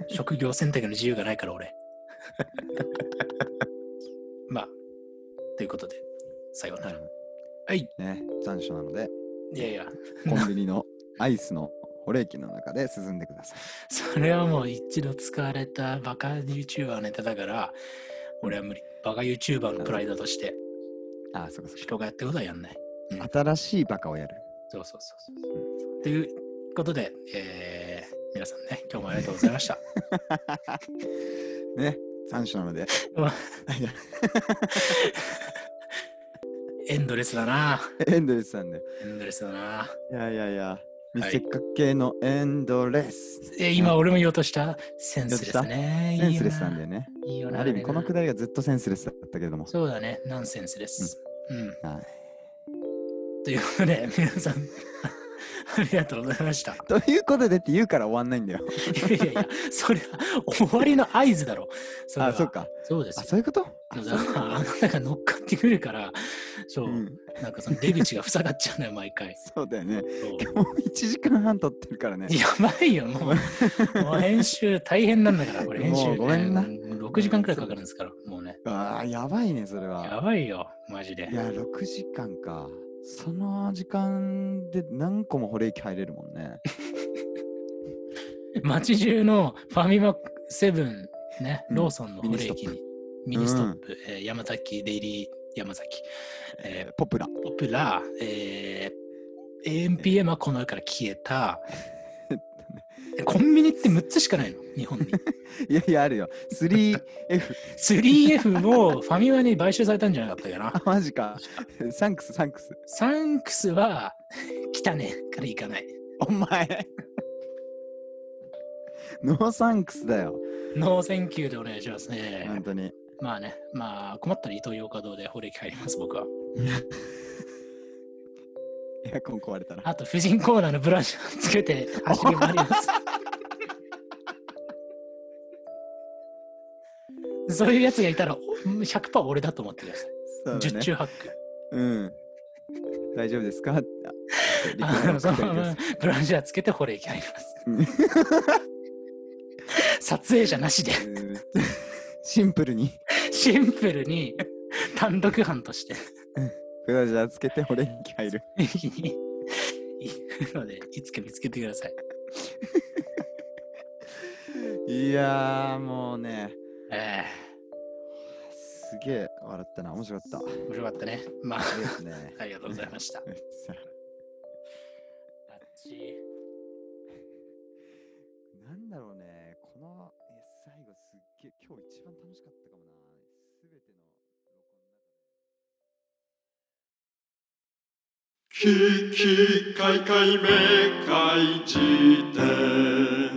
職業選択の自由がないから俺。 (laughs) まあ、ということで、さようなら。はい。
ね、残暑なので、
いやいや、
コンビ (laughs) ニのアイスの保冷機の中で涼んでください。
それはもう一度使われたバカ YouTuber のネタだから、俺は無理。バカ YouTuber のプライドとして、
あー、そうかそう
人がやってることはやんない。
か。新しいバカを (laughs) やる。
そうそうそうそう。ということで、えー、皆さんね、今日もありがとうございま (laughs) した。
ね、残暑なので。
エンドレスだな。
(laughs) エンドレスさんで。
エンドレスだな。
いやいやいや、見せかけのエンドレス。
えー今俺も言おうとしたセンスですね。
センスレスなんだよ
ね。
ね。
いいよな
ある意味、このく
り。
だりがずっとセンスレスだったけれども。
そうだね、ナンセンスです。うん。
は
ということで、皆さん、 (laughs) ありがとうございました。い
い、ということでって言うから終わんないんだよ。
やいやいや、それは終わりの合図だろ。れは
あ、そっ。か。
そうです
あ、
よ。
そういうことあ
だ
そういう
か
こと
らあなたが乗っかってくるから、そう、
うん
なんかその出口が塞がっちゃうのよ、毎回。
そうだよね。 (laughs)
そう
もう1時間半撮ってるから
(laughs)
ね。
やばいよ、もう。もう編集大変なんだから、これ編集、
もうごめんな
6時間くらいかかるんですから、もうね。
あーやばいね、それ
や
は。
ばいよ、マジで
い。や、6時間か。その時間で何個も保冷機入れるもんね。
(laughs) 街中のファミマセブン、ね、
うん
ローソンの保冷機に、ミニストッ
うん
プ、えー山崎、デイリー山崎、 (laughs) え
えーポプラ。
ーポプラ、えー、AMPM はこの世から消え (laughs) た、えコンビニって6つしかないの、日本に。
いやいや、あるよ。3F。
3F もファミマに買収されたんじゃなかったかな
(laughs) あ。、マジか。 (laughs) サンクス、サンクス。
サンクスは、来たねから行かない。
お前 (laughs) ノーサンクスだよ、
ノーセンキューでお願いしますね。
本当に。
まあね、まあ困ったら伊東洋華堂で保冷機入ります、僕は。
エアコン壊れたら。
あと、婦人コーナーのブラシを
(laughs)
つけて走り回ります。そういうやつがいたら100%俺だと思ってください。
そうだ
十
ね
中八九。
うん。大丈夫ですかあリ
あ
コ
のそ
さん
の
お疲れ様です
ブラジャーつけてこれいきあります
うん。 (laughs)
撮影者なしで、
(laughs) うんシンプルに、
シンプルに単独犯として、
ブラジャーつけてオレンジ入る。
行くので、いつか見つけてください。
いやー、もうね、
え
すげえ笑ったな。面白かった。
え面白かったね。まあ、。
いいですね
ありがとうございました。あっ
さ
ち
なんだろうね、このえ最後すっげえ、今日一番楽しかったかもな。すべての録音の中で
キキカイカイメカイ辞典